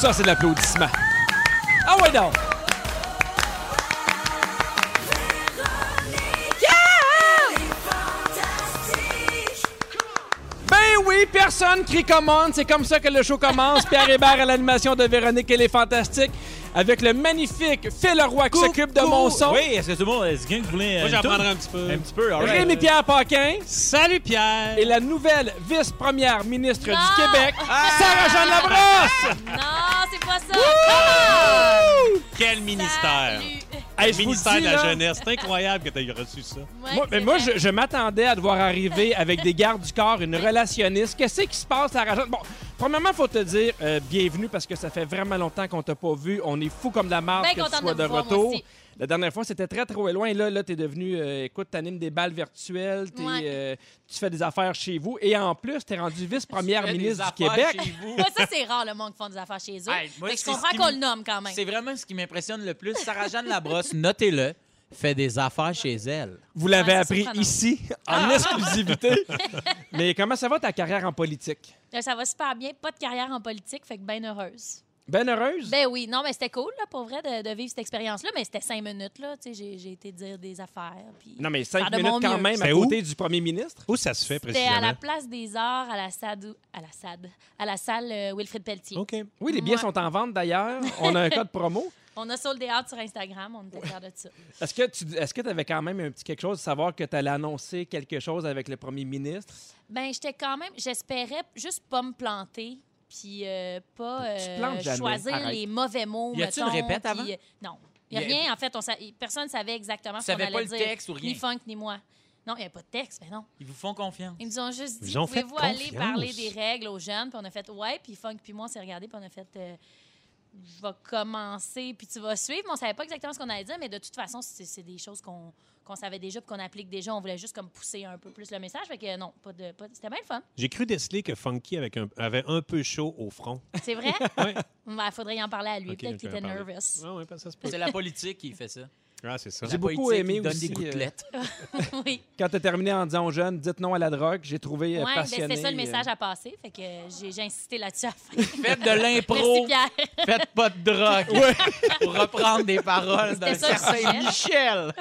Ça, c'est de l'applaudissement. Ah ouais, non! Ben oui, personne crie commande. C'est comme ça que le show commence. Pierre Hébert à l'animation de Véronique et les Fantastiques. Avec le magnifique Phil Roy qui s'occupe de mon son. Oui, est-ce que tout le monde, est-ce que vous voulez. Moi, j'en prendrai un petit peu. euh, Un petit peu, all right. Rémi Pierre Paquin Salut Pierre! et la nouvelle vice-première ministre du Québec, Ah. Sarah-Jeanne Labrosse. Non, c'est pas ça. Come Quel ministère! Salut. Hey, je vous le ministère dis, de là, la jeunesse. C'est incroyable que tu aies reçu ça. Ouais, Moi, mais c'est moi, vrai. je, je m'attendais à devoir arriver avec des gardes du corps, une relationniste. Qu'est-ce qui se passe à Rajon? Bon, premièrement, faut te dire euh, bienvenue parce que ça fait vraiment longtemps qu'on t'a pas vu. On est fou comme la marde Ben que tu contente sois de de vous voir, retour. moi aussi. La dernière fois, c'était très trop loin. Là, là, t'es devenu, euh, écoute, t'animes des balles virtuelles, t'es, Ouais. euh, tu fais des affaires chez vous et en plus, t'es rendu vice-première ministre du Québec. Ouais, ça, c'est rare, le monde qui font des affaires chez eux. Hey, moi, Fait que je c'est ce comprends qui qu'on me- le nomme quand même. C'est vraiment ce qui m'impressionne le plus. Sarah-Jeanne Labrosse, notez-le, fait des affaires chez elle. Vous l'avez Ouais, c'est appris surprenant. Ah! ici, en exclusivité. Mais comment ça va ta carrière en politique? Là, Ça va super bien. Pas de carrière en politique, fait que bien heureuse. Ben heureuse? Ben oui, non, mais c'était cool, là, pour vrai, de, de vivre cette expérience-là. Mais c'était cinq minutes, là. Tu sais, j'ai- j'ai été dire des affaires. Puis Non, mais faire cinq de minutes mon quand mieux. même à C'est où? côté du premier ministre. Où ça se fait C'était précisément? à la place des arts, à la SAD, ou- à la SAD, à la salle euh, Wilfrid Pelletier. OK. Oui, les billets Ouais. sont en vente d'ailleurs. On a un code promo. On a Sold Out sur Instagram, on était fiers de ça. Est-ce que tu est-ce que avais quand même un petit quelque chose de savoir que tu allais annoncer quelque chose avec le premier ministre? Ben, j'étais quand même, j'espérais juste pas me planter, puis euh, pas Tu euh, plantes jamais, choisir arrête. les mauvais mots. Y a-t-il mettons, une répète avant? puis, euh, non. Il n'y a Y a- rien, en fait. On sa- Personne ne savait exactement Tu ce qu'on savais allait pas le dire. texte ou rien? Ni Funk, ni moi. Non, il n'y avait pas de texte, mais non. Ils vous font confiance. Ils nous ont juste dit, Ils ont fait pouvez-vous aller confiance. parler des règles aux jeunes? Puis on a fait, ouais. Puis Funk, puis moi, on s'est regardé, puis on a fait, euh, je vais commencer, puis tu vas suivre. Mais on savait pas exactement ce qu'on allait dire, mais de toute façon, c'est c'est des choses qu'on qu'on savait déjà, puis qu'on applique déjà. On voulait juste comme pousser un peu plus le message. Fait que non, pas de. pas de- C'était bien le fun. J'ai cru déceler que Funky avec un- avait un peu chaud au front. C'est vrai? Ouais. Il faudrait y en parler à lui. Ok, Peut-être je qu'il vais était en parler. nervous. Ah, ouais, ben, ça se peut. C'est la politique qui fait ça. Ah, c'est ça. J'ai La beaucoup politique, aimé ils donnent aussi, des gouttelettes. oui. Quand tu as terminé en disant aux jeunes, dites non à la drogue, j'ai trouvé Ouais, euh, ben, passionné. c'était ça le euh, message à passer. Fait que euh, j'ai j'ai insisté là-dessus à la fin. Faites de Merci, l'impro, Pierre. faites pas de drogue. Pour reprendre des paroles d'un C'était ça, certain Michel.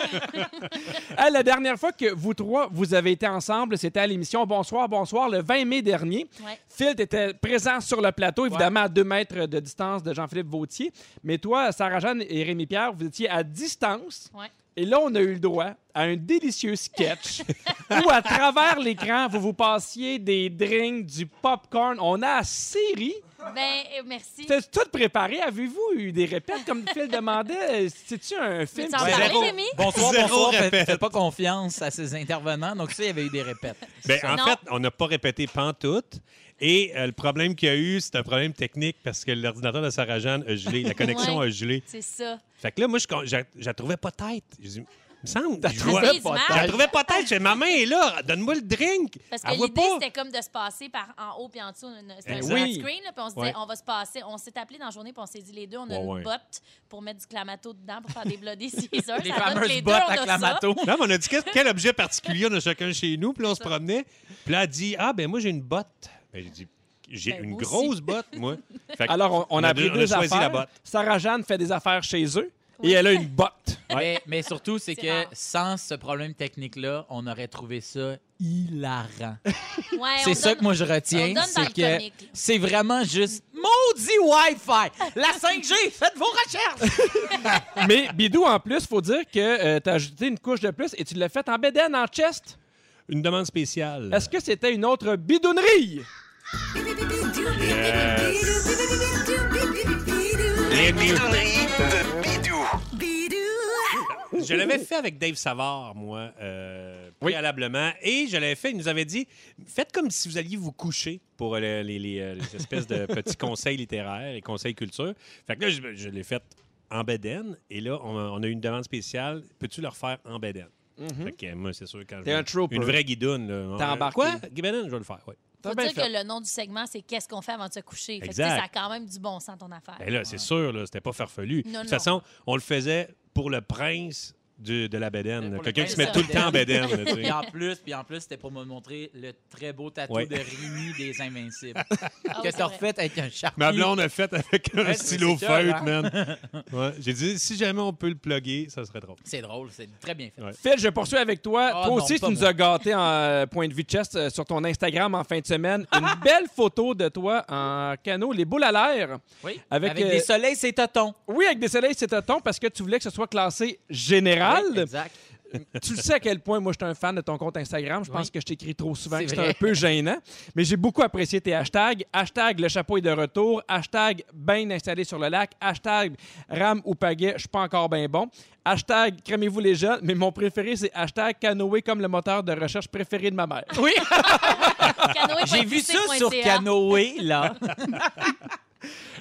Ah, la dernière fois que vous trois, vous avez été ensemble, c'était à l'émission Bonsoir, bonsoir, le 20 mai dernier. Ouais. Phil, tu étais présent sur le plateau, évidemment à deux mètres de distance de Jean-Philippe Vautier. Mais toi, Sarah-Jeanne et Rémi-Pierre, vous étiez à distance. Ouais. Et là, on a eu le droit à un délicieux sketch où, à travers l'écran, vous vous passiez des drinks, du popcorn. On a assez ri. Ben, euh, merci. C'était tout préparé. Avez-vous eu des répètes comme Phil demandait? C'est-tu un film? Veux-tu en qui- parler, Zéro. Rémi? Bonsoir, Zéro bonsoir. Faites, répète. faites pas confiance à ses intervenants. Donc, ça, il y avait eu des répètes. Ben, en Non. fait, on n'a pas répété pantoute. Et euh, le problème qu'il y a eu, c'est un problème technique parce que l'ordinateur de Sarah-Jeanne a gelé. La connexion Ouais. a gelé. C'est ça. Fait que là, moi, je, con- je, je la trouvais pas tête. Je dis, il me semble. je trouvais vois- des images. Je la trouvais pas tête. Je fais, ma main est là. Donne-moi le drink. Ah! Parce que Elle voit l'idée, pas. c'était comme de se passer par en haut puis en dessous. une- C'était un Exact. Oui. screen, là, puis on se disait, Ouais. on va se passer. On s'est appelé dans la journée, puis on s'est dit, les deux, on a Ouais, une ouais. botte pour mettre du clamato dedans pour faire des bloody scissors. Les Ça donne que fameuses les deux, bottes on à a ça. Clamato. Non, mais on a dit qu'est-ce- quel objet particulier on a chacun chez nous. Puis là, on se promenait. Puis là, elle dit Ah, ben moi, j'ai une botte. Ben, j'ai dit J'ai Ben, une moi grosse aussi. botte, moi. Fait que Alors, on, on a deux- appris on deux choisi affaires. la botte. Sarah-Jeanne fait des affaires chez eux et elle a une botte. Mais, mais surtout, c'est C'est que rare. sans ce problème technique-là, on aurait trouvé ça hilarant. Ouais, on c'est ça donne- que moi je on retiens. donne dans C'est le que comique, là. c'est vraiment juste maudit Wi-Fi. La 5G, faites vos recherches. Mais Bidou, en plus, faut dire que tu as ajouté une couche de plus et tu l'as faite en bédaine, en chest. Une demande spéciale. Est-ce que c'était une autre bidounerie? Les mille- Bidou. Bidou. Je l'avais fait avec Dave Savard, moi, euh, préalablement. Et je l'avais fait, il nous avait dit faites comme si vous alliez vous coucher pour euh, les, les- les, euh, les espèces de petits conseils littéraires et conseils culture. Fait que là, je, je l'ai fait en bédaine. Et là, on, a- on a eu une demande spéciale peux-tu le refaire en bédaine Fait que euh, moi, c'est sûr, quand je. T'es un trooper. Une vraie guidoune. là. T'embarques. Quoi Bédaine, je vais le faire, oui. T'as Faut bien dire fait. que le nom du segment, c'est Qu'est-ce qu'on fait avant de se coucher? Fait que, tu sais, Exact. ça a quand même du bon sens, ton affaire. Ben là, c'est sûr, là, c'était pas farfelu. Non, de toute non. façon, on le faisait pour le prince du- de la bédaine. Pour le Quelqu'un qui se met prince tout le de la temps en bédaine. là, tu sais. Puis en plus, puis en plus, c'était pour me montrer le très beau tatou Ouais. de Rini des Invincibles. Ah oui, que c'est t'as vrai. refait avec un charpie. Ma blonde a fait avec un Ouais, c'est- stylo c'est cœur, feutre, hein? man. Ouais, J'ai dit, si jamais on peut le plugger, ça serait drôle. C'est drôle, c'est très bien fait. Ouais. Phil, je poursuis avec toi. Ah toi non, aussi, pas tu nous moi. as gâté en euh, point de vue de chest euh, sur ton Instagram en fin de semaine. Une belle photo de toi en canot, les boules à l'air. Oui. Avec, Avec, euh, des soleils, c'est toton. Oui, avec des soleils, c'était ton parce que tu voulais que ce soit classé général. Oui, exact. tu le sais à quel point moi je suis un fan de ton compte Instagram. Je pense Oui. que je t'écris trop souvent, C'est que c'est vrai. un peu gênant. Mais j'ai beaucoup apprécié tes hashtags. Hashtag le chapeau est de retour. Hashtag bain installé sur le lac. Hashtag rame ou pagaie, je suis pas encore bien bon. Hashtag crémez-vous les jeunes. Mais mon préféré, c'est hashtag canoë comme le moteur de recherche préféré de ma mère. Oui, Canoë.qc.ca. j'ai vu ça sur Canoë, là.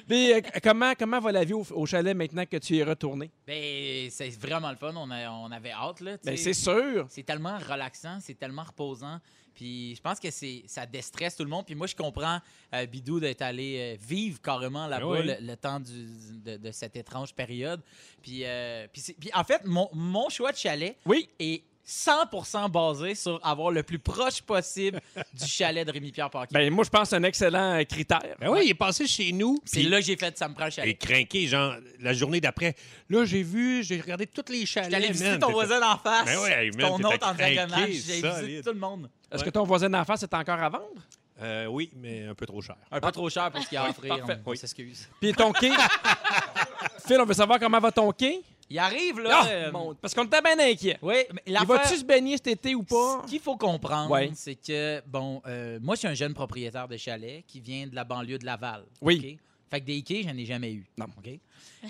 Puis, euh, comment, comment va la vie au, au chalet maintenant que tu y es retourné? ben, c'est vraiment le fun. On, a- on avait hâte, là. tu Ben, sais. c'est sûr. C'est tellement relaxant, c'est tellement reposant. Puis je pense que c'est ça déstresse tout le monde. Puis moi, je comprends euh, Bidou d'être allé euh, vivre carrément là-bas oui. le, le temps du- de, de cette étrange période. Puis, euh, puis, c'est- puis en fait, mon, mon choix de chalet Oui. est 100% basé sur avoir le plus proche possible du chalet de Rémi-Pierre Paquet. Ben, moi, je pense que c'est un excellent euh, critère. Ben oui, il est passé chez nous. c'est puis là que j'ai fait ça me prend le Il est chalet. craqué, genre, la journée d'après. Là, j'ai vu, j'ai regardé toutes les chalets. J'étais allé visiter man, ton t'étais- voisin d'en face, Ben ouais, man, ton t'étais autre en craqué, diagonale, j'ai visité solide. tout le monde. Est-ce Ouais. que ton voisin d'en face est encore à vendre? Euh, oui, mais un peu trop cher. Un peu trop cher pour ce qu'il y a à offrir, parfait. on, on Oui. s'excuse. Puis ton quai. Phil, on veut savoir comment va ton quai. Il arrive, là... Ah, euh, mon- Parce qu'on était bien inquiet. Oui, mais Il l'affaire- va-tu se baigner cet été ou pas? Ce qu'il faut comprendre, Ouais. c'est que, bon, euh, moi, je suis un jeune propriétaire de chalet qui vient de la banlieue de Laval. Oui. OK? Fait que des quais, j'en ai jamais eu. Non. OK?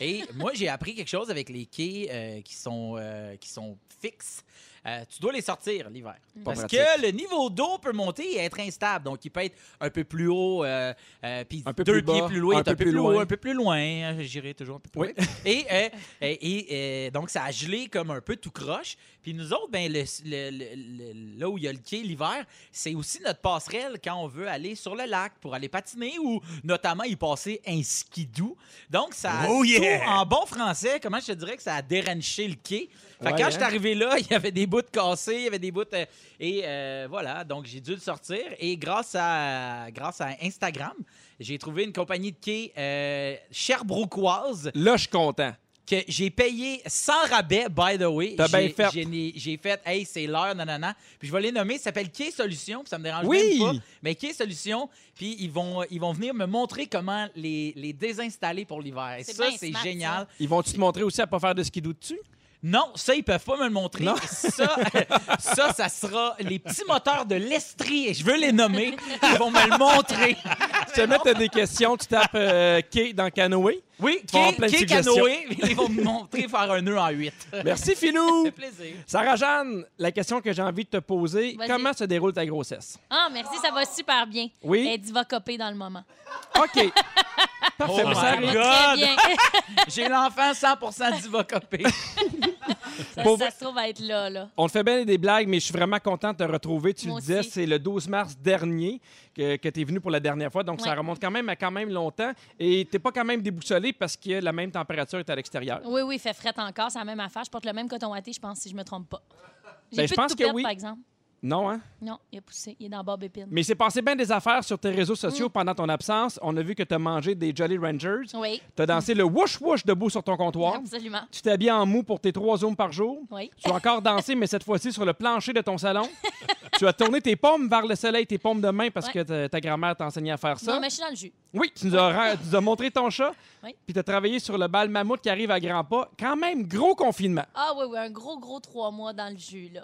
Et moi, j'ai appris quelque chose avec les quais euh, qui, sont, euh, qui sont fixes. Euh, tu dois les sortir l'hiver. Pas Parce pratique. que le niveau d'eau peut monter et être instable. Donc, il peut être un peu plus haut, euh, euh, puis Un peu deux plus bas, pieds plus loin, un est peu un peu plus plus haut, loin. un peu plus loin. hein, J'irai toujours un peu plus Oui. loin. Et, euh, et, et, euh, donc, ça a gelé comme un peu tout croche. Puis nous autres, ben, le, le- le- le- là où il y a le quai l'hiver, c'est aussi notre passerelle quand on veut aller sur le lac pour aller patiner ou notamment y passer un skidou. Donc, ça a Oh tout yeah! en bon français. Comment je te dirais que ça a déranché le quai? Fait que Ouais, quand hein? je suis arrivé là, il y avait des bouts de cassés, il y avait des bouts. de- et euh, voilà, donc j'ai dû le sortir. Et grâce à, grâce à Instagram, j'ai trouvé une compagnie de quai euh, sherbrookoise Là, je suis content. que j'ai payé sans rabais, by the way. T'as J'ai- bien fait. j'ai né- J'ai fait, hey, c'est l'heure, nanana. Puis je vais les nommer. Ça s'appelle Quai Solution, puis ça me dérange Oui. même pas. Mais Quai Solution, puis ils vont, ils vont venir me montrer comment les, les désinstaller pour l'hiver. Et C'est ça, bien c'est smart, génial. Ils vont-tu te montrer aussi à pas faire de skidoo dessus? Non, ça, ils peuvent pas me le montrer. Ça, ça, ça sera les petits moteurs de l'Estrie, et je veux les nommer, ils vont me le montrer. Si jamais t'as des questions, tu tapes euh, quai dans canoë. Oui, vas avoir Kay, plein de Kay suggestions. Canoë, ils vont me montrer faire un nœud en 8. Merci, C'est Filou! plaisir. Sarah-Jeanne, la question que j'ai envie de te poser, Vas-y. comment se déroule ta grossesse? Ah, merci, ça va super bien. Oui. Elle dit va coper dans le moment. OK. Parfait, Oh ma my sœur. God. Très bien. J'ai l'enfant 100% d'Ivocopé. ça, Pour ça vrai- se trouve à être là, là. On te fait bien des blagues, mais je suis vraiment content de te retrouver. Tu Moi le disais, aussi. c'est le 12 mars dernier que, tu es venu pour la dernière fois, donc ça Ouais. remonte quand même à quand même longtemps. Et t'es pas quand même déboussolé parce que la même température est à l'extérieur. Oui, oui, il fait fret encore, c'est la même affaire. Je porte le même coton watté, je pense, si je me trompe pas. J'ai Ben, plus je pense de que toupette, oui. par exemple. Non, hein? Non, il a poussé. Il est dans Bob Épine. Mais il s'est passé bien des affaires sur tes réseaux Mm. sociaux pendant ton absence. On a vu que t'as mangé des Jolly Rangers. Oui, T'as dansé le wouch wouch debout sur ton comptoir. absolument. Tu t'habilles en mou pour tes trois zooms par jour. Oui. Tu as encore dansé, mais cette fois-ci sur le plancher de ton salon. tu as tourné tes paumes vers le soleil, tes paumes de main, parce Ouais. que ta, ta grand-mère t'a enseigné à faire ça. Non, mais je suis dans le jus. Oui, tu nous as, ra- tu nous as montré ton chat, Oui. puis tu as travaillé sur le bal mammouth qui arrive à grands pas. Quand même, gros confinement. Ah oui, oui, un gros, gros trois mois dans le jus, là.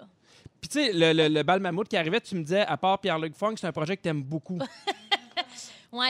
Puis tu Ouais,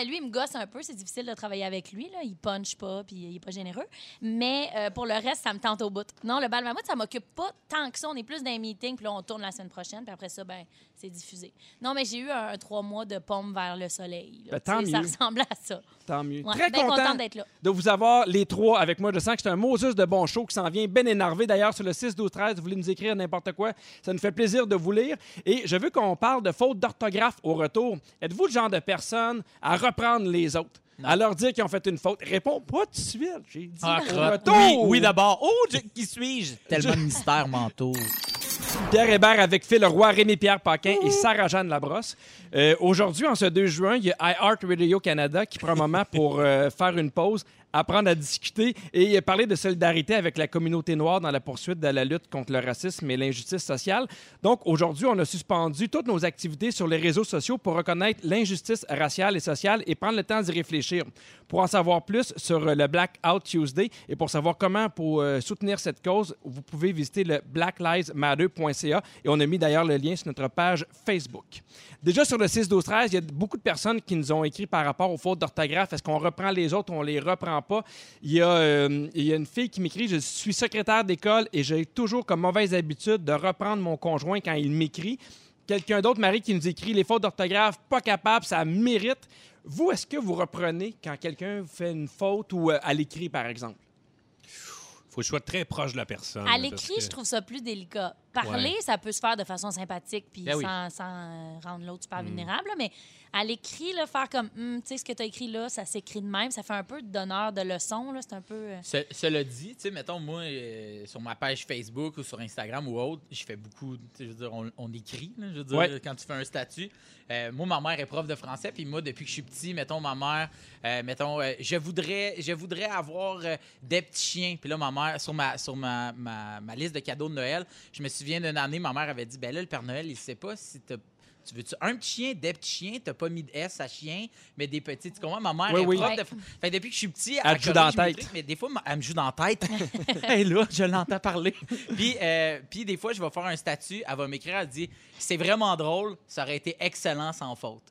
lui, il me gosse un peu. C'est difficile de travailler avec lui. Là. Il punch pas, puis il est pas généreux. Mais euh, pour le reste, ça me tente au bout. Non, le bal mammouth, ça m'occupe pas tant que ça. On est plus d'un meeting, puis là, on tourne la semaine prochaine, puis après ça, ben c'est diffusé. Non, mais j'ai eu un, un trois mois de pomme vers le soleil. là. Ben, tant Tu sais, Ça mieux. ressemble à ça. Tant mieux. Ouais, Très ben content contente d'être là. de vous avoir les trois avec moi. Je sens que c'est un Moses de bon show qui s'en vient bien énervé. D'ailleurs, sur le 6, 12, 13, vous voulez nous écrire n'importe quoi. Ça nous fait plaisir de vous lire. Et je veux qu'on parle de fautes d'orthographe au retour. Êtes-vous le genre de personne à reprendre les autres? À leur dire qu'ils ont fait une faute? Réponds pas tout de suite. J'ai dit Ah, au crotte. retour. Oui, oui, d'abord. Oh, je- qui suis-je? Tellement de mystères mentaux. Pierre Hébert avec Phil Roy, Rémi-Pierre Paquin et Sarah-Jeanne Labrosse. Euh, Aujourd'hui, en ce 2 juin, il y a iHeartRadio Canada qui prend un moment pour euh, faire une pause, apprendre à discuter et euh, parler de solidarité avec la communauté noire dans la poursuite de la lutte contre le racisme et l'injustice sociale. Donc, aujourd'hui, on a suspendu toutes nos activités sur les réseaux sociaux pour reconnaître l'injustice raciale et sociale et prendre le temps d'y réfléchir. Pour en savoir plus sur euh, le Blackout Tuesday et pour savoir comment pour euh, soutenir cette cause, vous pouvez visiter le blacklivesmatter.ca et on a mis d'ailleurs le lien sur notre page Facebook. Déjà sur le 6 12 13, il y a beaucoup de personnes qui nous ont écrit par rapport aux fautes d'orthographe, est-ce qu'on reprend les autres, on les reprend pas Il y a euh, il y a une fille qui m'écrit je suis secrétaire d'école et j'ai toujours comme mauvaise habitude de reprendre mon conjoint quand il m'écrit. Quelqu'un d'autre, Marie, qui nous écrit les fautes d'orthographe, pas capable, ça mérite. Vous, est-ce que vous reprenez quand quelqu'un fait une faute ou euh, à l'écrit, par exemple? faut que je sois très proche de la Ah, personne. À parce l'écrit, que- je trouve ça plus délicat. Parler, ça peut se faire de façon sympathique puis Ben oui. Mm. sans, sans, euh, rendre l'autre super vulnérable. là, Mais à l'écrit, là, faire comme Hum, tu sais, ce que tu as écrit là, ça s'écrit de même. Ça fait un peu de donneur de leçon. là, C'est un peu. euh, Ce- Cela dit, tu sais, mettons, moi, euh, sur ma page Facebook ou sur Instagram ou autre, je fais beaucoup, tu sais, je veux dire, on, on écrit, là, je veux dire, Ouais. quand tu fais un statut. Euh, moi, ma mère est prof de français, puis moi, depuis que je suis petit, mettons, ma mère, euh, mettons, euh, je, voudrais, je voudrais avoir euh, des petits chiens. Puis là, ma mère, sur, ma, sur ma, ma, ma liste de cadeaux de Noël, je me souviens d'une année, ma mère avait dit, ben là, le Père Noël, il sait pas si t'as- Tu veux-tu un petit chien, des petits chiens? T'as pas mis de S à chien, mais des petits. Tu comprends? Ma mère Oui, est oui. prof Ouais. de fr- Fait que depuis que Ah, je suis petit, Elle te joue dans la corrige mes tête. trucs, mais des fois, elle me joue dans la tête. Et là, je l'entends parler. puis, euh, puis des fois, je vais faire un statut, elle va m'écrire, elle dit C'est vraiment drôle, ça aurait été excellent sans faute.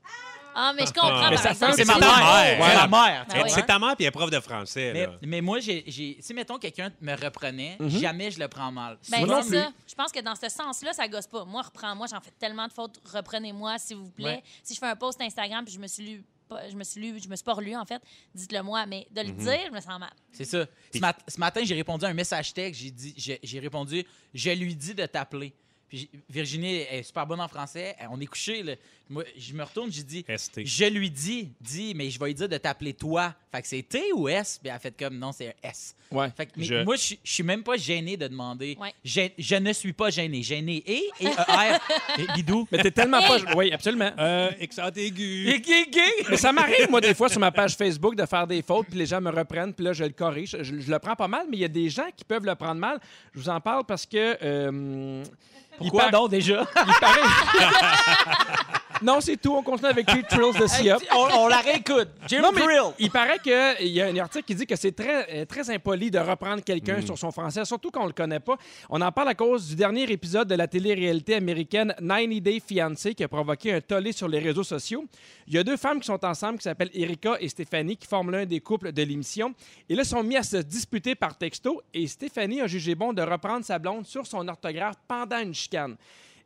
Ah, mais je comprends. Mais par ça exemple, C'est ma si- mère. mère. C'est ma Ouais. Ah mère. tu ouais. comprends? C'est ta mère puis elle est prof de français. Mais, là. mais moi, j'ai, j'ai- si mettons quelqu'un me reprenait, jamais je le prends mal. Mhm. Ben, Souvent, c'est ça. Je pense que dans ce sens-là, ça gosse pas. Moi, reprends-moi, j'en fais tellement de fautes. Reprenez-moi, s'il vous plaît. Ouais. Si je fais un post Instagram puis je me suis lu, pas- je me suis lu, je me suis pas relu en fait, dites-le moi. Mais de Mhm. le dire, je me sens mal. c'est ça. Ce, mat- ce matin, j'ai répondu à un message texte. J'ai, dit, j'ai, j'ai répondu Je lui dis de t'appeler. Puis j'ai- Virginie est super bonne en français. Euh, On est couché. là. Moi, je me retourne, j'ai dit Restez. Je lui dis, dis, mais je vais lui dire de t'appeler toi. Fait que c'est T ou S? Puis elle a fait comme, non, c'est S. Ouais. Fait que mais Je- moi, je suis- je suis même pas gêné de demander. Ouais. Je, je ne suis pas gêné. Gêné et, et, euh, R, et bidou. Mais t'es tellement pas. Hey! Oui, absolument. Euh, accent aigu. Et gay, gay. Mais ça m'arrive, moi, des fois, sur ma page Facebook, de faire des fautes, puis les gens me reprennent, puis là, je le corrige. Je, je le prends pas mal, mais il y a des gens qui peuvent le prendre mal. Je vous en parle parce que. euh, Pourquoi il par- donc déjà? il paraît- non, c'est tout. On continue avec Three Trills de Sia. on, on la réécoute. Jim Non, mais Thrill. il paraît qu'il y a un article qui dit que c'est très, euh, très impoli de reprendre quelqu'un sur son français, surtout quand on le connaît pas. On en parle à cause du dernier épisode de la télé-réalité américaine 90 Day Fiancé qui a provoqué un tollé sur les réseaux sociaux. Il y a deux femmes qui sont ensemble qui s'appellent Erika et Stéphanie qui forment l'un des couples de l'émission. Et là, ils sont mis à se disputer par texto et Stéphanie a jugé bon de reprendre sa blonde sur son orthographe pendant une chicane.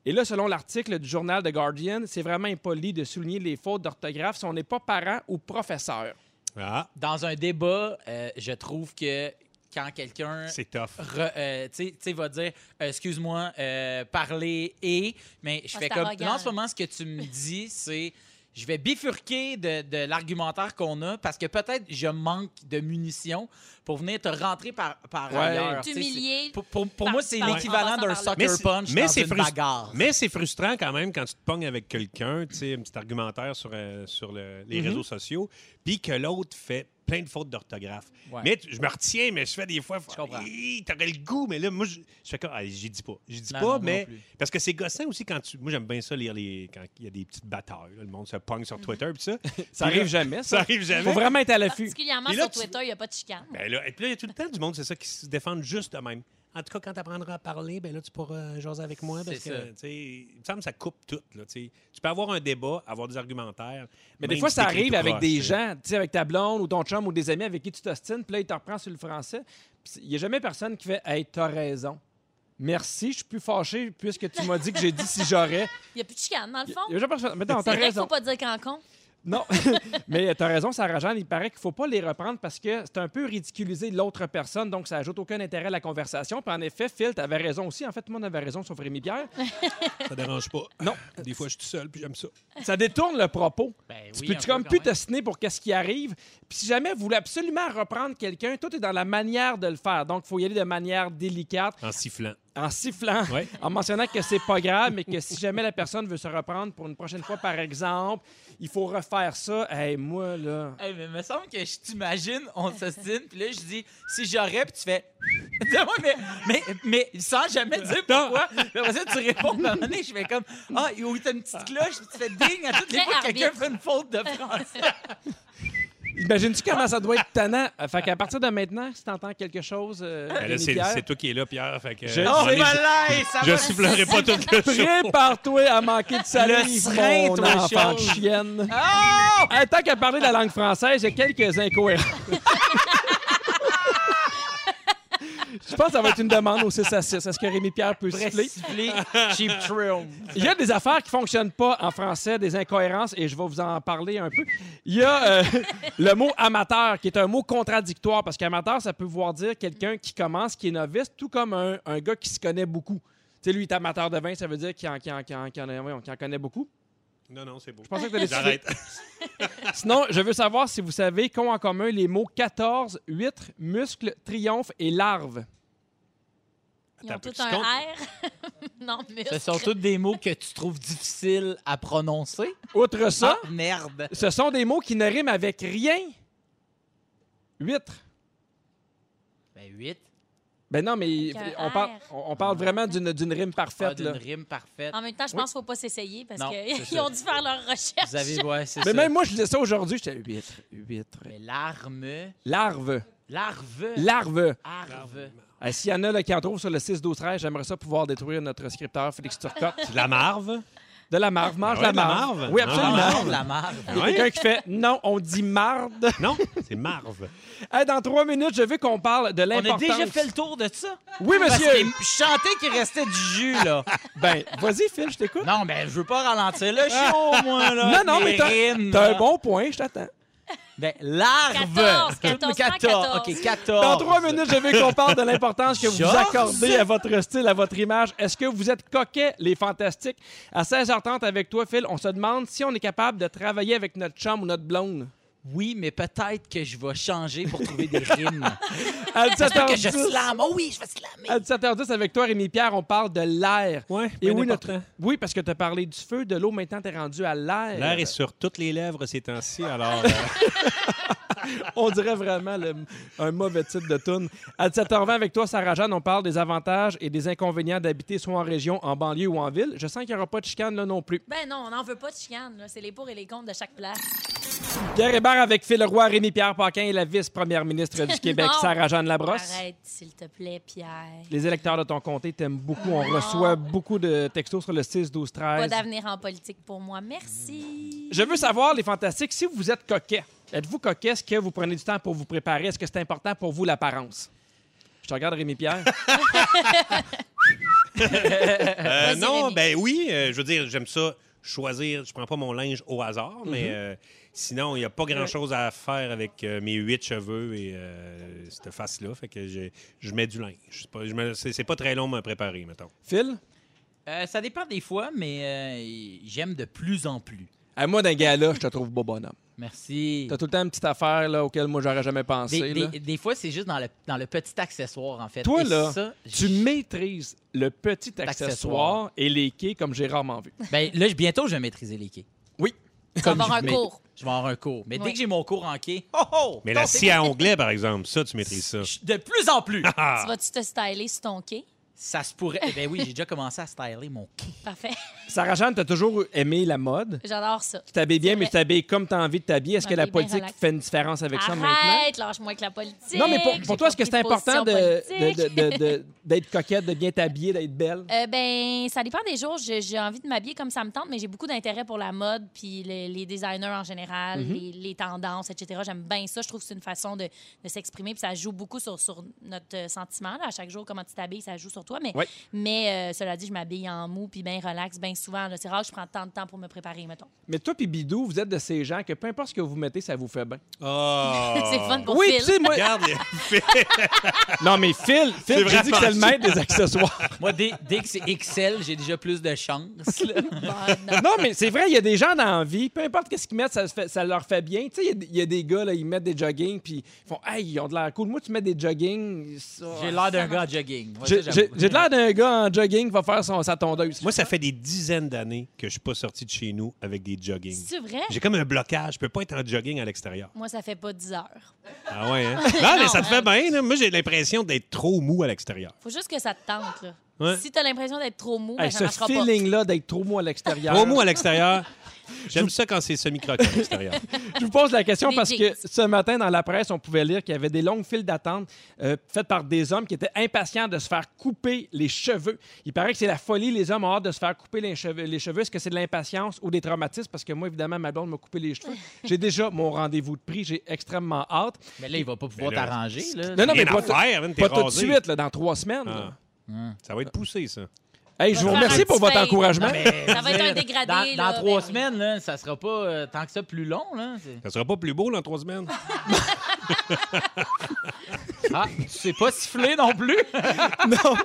Et là, selon l'article du journal The Guardian, c'est vraiment impoli de souligner les fautes d'orthographe si on n'est pas parent ou professeur. Ah, Dans un débat, euh, je trouve que quand quelqu'un c'est tough. re- euh, tu sais- tu sais, va dire euh, excuse-moi, euh, parler et. Mais je Ah, fais c'est comme. arrogant. Là, en ce moment, ce que tu me dis, c'est. Je vais bifurquer de, de l'argumentaire qu'on a parce que peut-être je manque de munitions pour venir te rentrer par, par Ouais. ailleurs. tu sais, T'humilier. c'est- Pour, pour- pour par- moi, c'est par- l'équivalent en d'un passant par là. sucker punch dans une frus- bagarre. mais c'est frustrant quand même quand tu te pognes avec quelqu'un, tu sais, un petit argumentaire sur, euh, sur le- les Mm-hmm. réseaux sociaux, puis que l'autre fait plein de fautes d'orthographe. Ouais. Mais tu- je me retiens, mais je fais des fois, comprends. Hi, t'aurais le goût, mais là, moi, je, je fais comme, ah, j'y dis pas. J'y dis Non, pas, non, moi non mais. plus. Parce que c'est gossant aussi quand tu. Moi, j'aime bien ça lire les. Quand il y a des petites batailles, là, le monde se pogne sur Twitter, puis ça. Ça arrive jamais, Ça ça. arrive jamais. Faut vraiment être à l'affût. Particulièrement Et là, sur tu- Twitter, il n'y a pas de chicane. Ben là, et puis là, il y a tout le temps du monde, c'est ça, qui se défendent juste de même. En tout cas, quand tu apprendras à parler, ben là, tu pourras jaser avec moi. Parce C'est que, ça. tu sais, il me semble que ça coupe tout. Là, tu sais. Tu peux avoir un débat, avoir des argumentaires. Mais même des fois, si ça t'écris arrive tout avec croche, des tu sais. gens, tu sais, avec ta blonde ou ton chum ou des amis avec qui tu t'ostines, puis là, ils te reprend sur le français. Puis Il n'y a jamais personne qui fait Hey, t'as raison. Merci, je suis plus fâché puisque tu m'as dit que j'ai dit si j'aurais. Il n'y a plus de chicane, dans le Il fond. n'y a jamais personne. Mais non, C'est t'as vrai qu'il ne faut raison. pas dire qu'en con. Non, mais t'as raison, ça rageant. Il paraît qu'il faut pas les reprendre parce que c'est un peu ridiculiser l'autre personne, donc ça ajoute aucun intérêt à la conversation. Puis en effet, Phil, t'avais raison aussi. En fait, tout le monde avait raison, sauf Rémi Pierre. Ça dérange pas. Non. Des fois, je suis tout seul, puis j'aime ça. Ça détourne le propos. Ben Tu oui, peux un tu peu comme quand plus même. t'ostiner pour qu'est-ce qui arrive. Puis si jamais vous voulez absolument reprendre quelqu'un, tout est dans la manière de le faire. Donc, il faut y aller de manière délicate, En sifflant. en sifflant, Ouais. en mentionnant que c'est pas grave, mais que si jamais la personne veut se reprendre pour une prochaine fois, par exemple, il faut refaire ça. Hey, moi, là... Hey, mais me semble que je t'imagine, on s'ostine, puis là, je dis, si j'aurais, puis tu fais. Dis-moi, mais, mais, mais sans jamais dire pourquoi. Puis Après ça, tu réponds, puis à un moment donné, je fais comme, ah, ou t'as une petite cloche, puis tu fais ding à toutes les Très fois que quelqu'un arbitre. fait une faute de français. Imagines-tu comment ça doit être tannant? Euh, Fait qu'à partir de maintenant, si t'entends quelque chose, euh, Ben là, Rémi c'est Pierre, c'est toi qui es là, Pierre. Fait que, Je- euh, Oh, Oh, prenez- malaise, ça je va. soufflerai pas tout le show. prépare-toi à manquer de Le salive, serin, mon toi, enfant de chose. chienne. Oh! Hey, tant qu'à parler de la langue française, il y a quelques incohérences. Je pense que ça va être une demande au 6 à 6. Est-ce que Rémi Pierre peut siffler? Précipier, cheap trim. Il y a des affaires qui fonctionnent pas en français, des incohérences, et je vais vous en parler un peu. Il y a euh, le mot amateur, qui est un mot contradictoire, parce qu'amateur, ça peut vouloir dire quelqu'un qui commence, qui est novice, tout comme un, un gars qui se connaît beaucoup. Tu sais, lui, il est amateur de vin, ça veut dire qu'il en, qu'il en- qu'il en- qu'il en- voyons, qu'il en connaît beaucoup. Non, non, c'est beau. Je pensais que t'allais souffler. J'arrête. Sinon, je veux savoir si vous savez qu'ont en commun les mots 14, huître, muscle, triomphe et larve. Ils ont Attends, tout tu comptes? un R. non, mais. Ce sont tous des mots que tu trouves difficiles à prononcer. Outre ça, Ah, merde. ce sont des mots qui ne riment avec rien. Huître. Ben, 8. Ben non, mais Avec un on parle, R. on on parle vraiment d'une d'une rime Pas parfaite. Ah, d'une là. rime parfaite. En même temps, je pense qu'il ne faut pas s'essayer parce Non, c'est qu'ils ça. ont dû faire leur recherche. Vous avez, ouais, c'est Mais ça. même moi, je disais ça aujourd'hui, j'étais huître, huître. Mais l'arme. Larve, Larve. larve. Larve. Euh, S'il y en a là, qui en trouvent sur le 6-12-13, j'aimerais ça pouvoir détruire notre scripteur Félix Turcotte. La marve. De la marve, mange Ah ouais, la, de la marve. marve. Oui, Ah, absolument. marve. La marve. Il y a quelqu'un qui fait non, on dit marde. Non, c'est marve. Hey, dans trois minutes, je veux qu'on parle de On a l'importance. déjà fait le tour de ça. Oui, Parce monsieur. que je chantais qu'il restait du jus, là. Ben, vas-y, Phil, je t'écoute. non, mais je veux pas ralentir le show, moi, là. Non, avec non, mes mais t'as- rimes, T'as là. un bon point, je t'attends. Ben, larve. 14, 14, prends 14. OK, 14. Dans trois minutes, je veux qu'on parle de l'importance que vous Oh, Georges? accordez à votre style, à votre image. Est-ce que vous êtes coquet, les fantastiques? À 16h30 avec toi, Phil, on se demande si on est capable de travailler avec notre chum ou notre blonde. Oui, mais peut-être que je vais changer pour trouver des rimes. À J'espère que je 17h10, slame. Oh oui, je vais slammer. à 17h10 avec toi, Rémi Pierre, on parle de l'air. Ouais, Et bien oui, important. notre... oui, parce que t'as parlé du feu, de l'eau, maintenant t'es rendu à l'air. L'air est sur toutes les lèvres ces temps-ci, alors euh, On dirait vraiment le- un mauvais titre de tune. À 17h20 avec toi, Sarah Jeanne, on parle des avantages et des inconvénients d'habiter soit en région, en banlieue ou en ville. Je sens qu'il n'y aura pas de chicane là non plus. Ben non, on n'en veut pas de chicane. là. C'est les pour et les contre de chaque place. Pierre Hébert avec Phil Roy, Rémi Pierre Paquin et la vice-première ministre du Québec, Non. Sarah Jeanne Labrosse. Arrête, s'il te plaît, Pierre. Les électeurs de ton comté t'aiment beaucoup. On reçoit beaucoup de textos sur le 6, 12, Pas 13. d'avenir en politique pour moi. Merci. Je veux savoir, les fantastiques, si vous êtes coquet, êtes-vous coquet? Est-ce que vous prenez du temps pour vous préparer? Est-ce que c'est important pour vous l'apparence? Je te regarde, Rémi Pierre. euh, Vas-y, non, Rémi. ben oui, euh, je veux dire, j'aime ça choisir, je prends pas mon linge au hasard, mais euh, sinon il n'y a pas grand-chose à faire avec euh, mes huit cheveux et euh, cette face-là, fait que je, je mets du linge. C'est pas, je me- c'est c'est pas très long à me préparer, mettons. Phil? Euh, ça dépend des fois, mais euh, j'aime de plus en plus. À moi, d'un gars-là, je te trouve beau bonhomme. Merci. T'as tout le temps une petite affaire là, auquel moi, j'aurais jamais pensé. Des, là. des- des fois, c'est juste dans le, dans le petit accessoire, en fait. Toi, Et là, ça, Tu je- maîtrises le petit accessoire, accessoire. et les quais comme j'ai rarement vu. Ben, là, je- bientôt, je vais maîtriser les quais. Oui. Tu vas avoir un mais- cours. Je vais avoir un cours. Mais Oui. dès que j'ai mon cours en quai, oh, oh, Mais non, la c'est- scie à onglet, par exemple, ça, tu maîtrises ça. je- De plus en plus. Ah! Tu vas-tu te styler sur ton quai? Ça se pourrait. Eh ben oui, j'ai déjà commencé à styler mon kit. Parfait. Sarah Jeanne, t'as toujours aimé la mode. J'adore ça. Tu t'habilles bien, C'est mais vrai. tu t'habilles comme t'as envie de t'habiller. Est-ce Je que la m'habille bien politique relax. fait une différence avec ça maintenant? Arrête, lâche-moi avec la politique. Non, mais pour, pour j'ai toi, est-ce que pas c'est pris de important de, position de- politique. de- de- d'être coquette, de bien t'habiller, d'être belle? Euh, ben, ça dépend des jours. Je- J'ai envie de m'habiller comme ça me tente, mais j'ai beaucoup d'intérêt pour la mode, puis les, les designers en général, les, les tendances, etc. J'aime bien ça. Je trouve que c'est une façon de, de s'exprimer, puis ça joue beaucoup sur, sur notre euh, sentiment. Là. À chaque jour, comment tu t'habilles, ça joue sur toi. Mais, Ouais. mais euh, cela dit, je m'habille en mou, puis bien relax, bien souvent. là. C'est rare que je prends tant de temps pour me préparer, mettons. Mais toi puis Bidou, vous êtes de ces gens que peu importe ce que vous mettez, ça vous fait bien. Oh! c'est fun pour oui, Phil. tu sais, moi... Regarde, les- non, mais Phil, C'est Phil j'ai dit que c'est le vraiment- maître des accessoires. Moi, dès, dès que c'est Excel, j'ai déjà plus de chance. là. Bon, non. non, mais c'est vrai, il y a des gens dans la vie, peu importe ce qu'ils mettent, ça, se fait- ça leur fait bien. Tu sais, il y a des- il y, a des gars, là, ils mettent des joggings, puis ils font « Hey, ils ont de l'air cool. Moi, tu mets des joggings... ça- J'ai l'air d'un gars à jogging. Moi, J'ai ça, j'ai- j'avoue. j'ai de l'air d'un gars en jogging qui va faire son, sa tondeuse. Moi, ça fait des dizaines d'années que je suis pas sorti de chez nous avec des joggings. C'est vrai? J'ai comme un blocage. Je peux pas être en jogging à l'extérieur. Moi, ça fait pas 10 heures. Ah ouais, hein? Non, Non, mais ça te fait hein. bien. là. Moi, j'ai l'impression d'être trop mou à l'extérieur. Faut juste que ça te tente. Là. Ouais. Si t'as l'impression d'être trop mou, ben, Hey, ça ce marchera pas. feeling-là d'être trop mou à l'extérieur. Trop mou à l'extérieur. J'aime ça quand c'est semi-croquant à l'extérieur. Je vous pose la question Les parce jeans. que ce matin, dans la presse, on pouvait lire qu'il y avait des longues files d'attente euh, faites par des hommes qui étaient impatients de se faire couper les cheveux. Il paraît que c'est la folie, les hommes ont hâte de se faire couper les cheveux. Les cheveux. Est-ce que c'est de l'impatience ou des traumatismes? Parce que moi, évidemment, ma blonde m'a coupé les cheveux. J'ai déjà mon rendez-vous de prix. J'ai extrêmement hâte. Mais là, il va pas pouvoir Mais là, t'arranger. là. Non, non, mais Rien pas, à faire, man, t'es pas tout de rasé. suite, là, dans trois semaines. là. Ah. Ça va être poussé, ça. Hey, je Va vous faire remercie un pour petit votre fade. encouragement. Non, mais- Ça va être un dégradé, Dans, là, dans ben trois oui. semaines, là, ça sera pas euh, tant que ça plus long. Là. C'est- Ça sera pas plus beau dans trois semaines. Ah, tu sais pas siffler non plus. Non,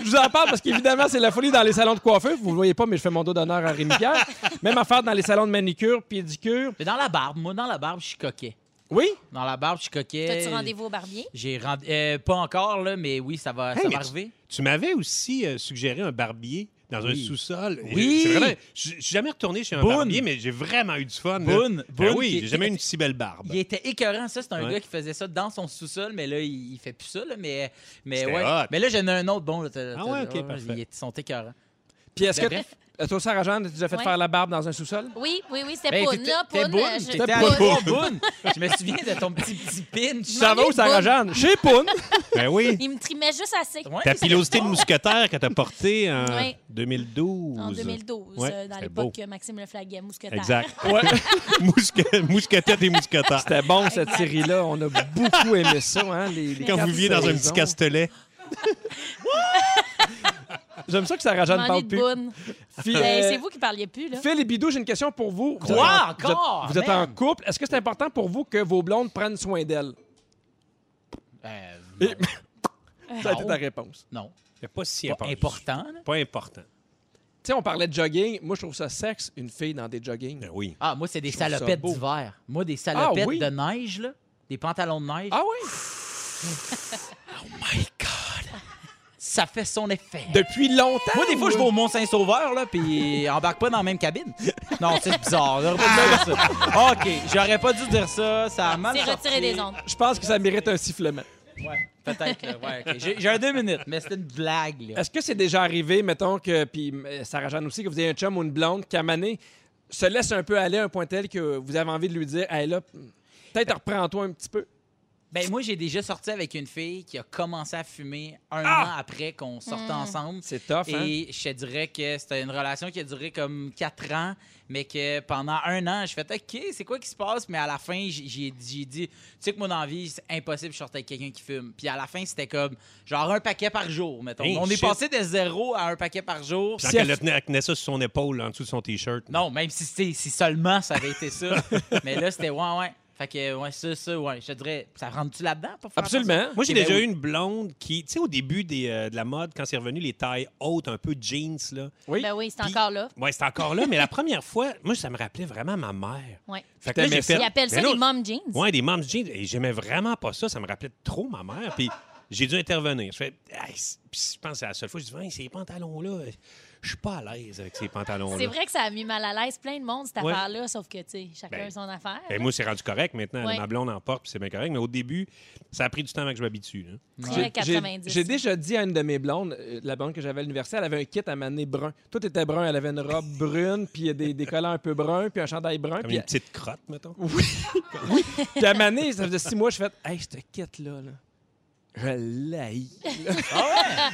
je vous en parle parce qu'évidemment, c'est la folie dans les salons de coiffeur. Vous ne voyez pas, mais je fais mon dos d'honneur à Rémi Pierre. Même affaire dans les salons de manicure, pédicure. Mais dans la barbe, moi, dans la barbe, je suis coquet. Oui? Dans la barbe, je suis coquet. T'as-tu rendez-vous au barbier? J'ai rend- euh, pas encore, là, mais oui, ça va, Hey, ça mais va tu- arriver. Tu m'avais aussi euh, suggéré un barbier dans Oui. un sous-sol. Oui. C'est vraiment- Je je suis jamais retourné chez un Boone. barbier, mais j'ai vraiment eu du fun. là. Boone, Ben Boone, oui, qui- j'ai jamais eu une si belle barbe. Il était écœurant, ça. C'est un Ouais. gars qui faisait ça dans son sous-sol, mais là, il, il fait plus ça. Là, mais, mais, C'était ouais. hot. mais là, j'en ai un autre bon. là, t'as- Ah t'as- ouais, ok, parfait. Ils sont écœurants. Puis est-ce que. Ben, bref. Euh, Toi, Sarah Jeanne, tu déjà fait Ouais. faire la barbe dans un sous-sol? Oui, oui, oui, c'était Ben, Poune. t'étais- là, t'es Poune, boune, euh, je- t'étais à Poune. trois bounes. Je me souviens de ton petit petit pinch. Ça va où, Sarah Boone. Jeanne? Chez Poun! Ben oui. Il me trimait juste assez. Ouais, Ta ça- pilosité de mousquetaire que t'as portée en Ouais. 2012. En 2012, Ouais, euh, dans c'était l'époque euh, que Maxime Leflaguet, mousquetaire. Exact. Mousque- Mousquetette et mousquetaire. C'était bon, cette série-là. On a beaucoup aimé ça, hein? les- les Quand quatre vous viviez dans un petit saisons. castelet. J'aime ça que Sarah Je Jeanne m'en ai parle de plus. Boone. Puis, Ben, euh, c'est vous qui parliez plus, là. Phil et Bidou, j'ai une question pour vous. Vous Quoi êtes en- vous êtes- encore? Vous êtes, en Man. couple. Est-ce que c'est important pour vous que vos blondes prennent soin d'elles? Euh, Et- Ça a été Non. ta réponse. non, C'est pas si pas important. là. Pas important. Tu sais, on parlait de jogging. Moi, je trouve ça sexe, une fille dans des joggings. Ben oui. Ah, moi, c'est des Je trouve ça salopettes beau. d'hiver. Moi, des salopettes Ah, oui? de neige, là. Des pantalons de neige. Ah oui? my God! Ça fait son effet. Depuis longtemps? Moi, des fois, je vais au Mont-Saint-Sauveur, là, puis embarque pas dans la même cabine. Non, c'est bizarre. J'aurais pas dû dire ça. OK, j'aurais pas dû dire ça. Ça a mal C'est sorti. retiré des ondes. Je pense que ça mérite un sifflement. Ouais, peut-être, là. Ouais, OK. J'ai- J'ai un deux minutes, mais c'était une blague, là. Est-ce que c'est déjà arrivé, mettons, que, puis euh, Sarah Jeanne aussi, que vous ayez un chum ou une blonde qui, à un moment donné, se laisse un peu aller à un point tel que vous avez envie de lui dire, hey là, peut-être reprends-toi un petit peu. Ben, moi, j'ai déjà sorti avec une fille qui a commencé à fumer un an après qu'on sortait ensemble. Ah! C'est tough, hein? Et je te dirais que c'était une relation qui a duré comme quatre ans, mais que pendant un an, je fait OK, c'est quoi qui se passe? Mais à la fin, j- j'ai j'ai dit, tu sais que mon envie, c'est impossible de sortir avec quelqu'un qui fume. Puis à la fin, c'était comme genre un paquet par jour, mettons. Hey, On est shit. passé de zéro à un paquet par jour. Puis Si quand elle- elle le tenait, elle tenait ça sur son épaule, en dessous de son T-shirt. Non, même si, c'est- si seulement ça avait été ça. mais là, c'était ouais, ouais. Fait que, ouais, ça, ça, ouais. Je te dirais, ça rentre-tu là-dedans pour faire Absolument. Moi, j'ai Eh ben déjà oui. eu une blonde qui, tu sais, au début des, euh, de la mode, quand c'est revenu les tailles hautes, un peu jeans, là. Oui. Ben oui, c'est Puis- encore là. Ouais, c'est encore là, mais la première fois, moi, ça me rappelait vraiment ma mère. Ouais. Fait que là, j'ai T'aimais ça? fait. Ils appellent ça Mais non, des mom jeans. Ouais, des moms jeans. Et j'aimais vraiment pas ça. Ça me rappelait trop ma mère. Puis J'ai dû intervenir. Je fais, Hey, c'est- puis je pense que c'est la seule fois, je dis, Hey, ces pantalons-là, je suis pas à l'aise avec ces pantalons-là. C'est vrai que ça a mis mal à l'aise plein de monde, cette Ouais. affaire-là, sauf que, tu sais, chacun Ben, a son affaire. Ben, moi, c'est rendu correct maintenant. Ouais. Ma blonde en porte, puis c'est bien correct. Mais au début, ça a pris du temps avant que je m'habitue. là. Très J'ai- j'ai- 90. J'ai déjà dit à une de mes blondes, euh, la blonde que j'avais à l'université, elle avait un kit à maner brun. Tout était brun. Elle avait une robe brune, puis des, des collants un peu bruns, puis un chandail brun. Comme Puis, une petite crotte, mettons. puis à maner, ça faisait six mois, je fais Hey, ce kit-là, là, je l'haïs.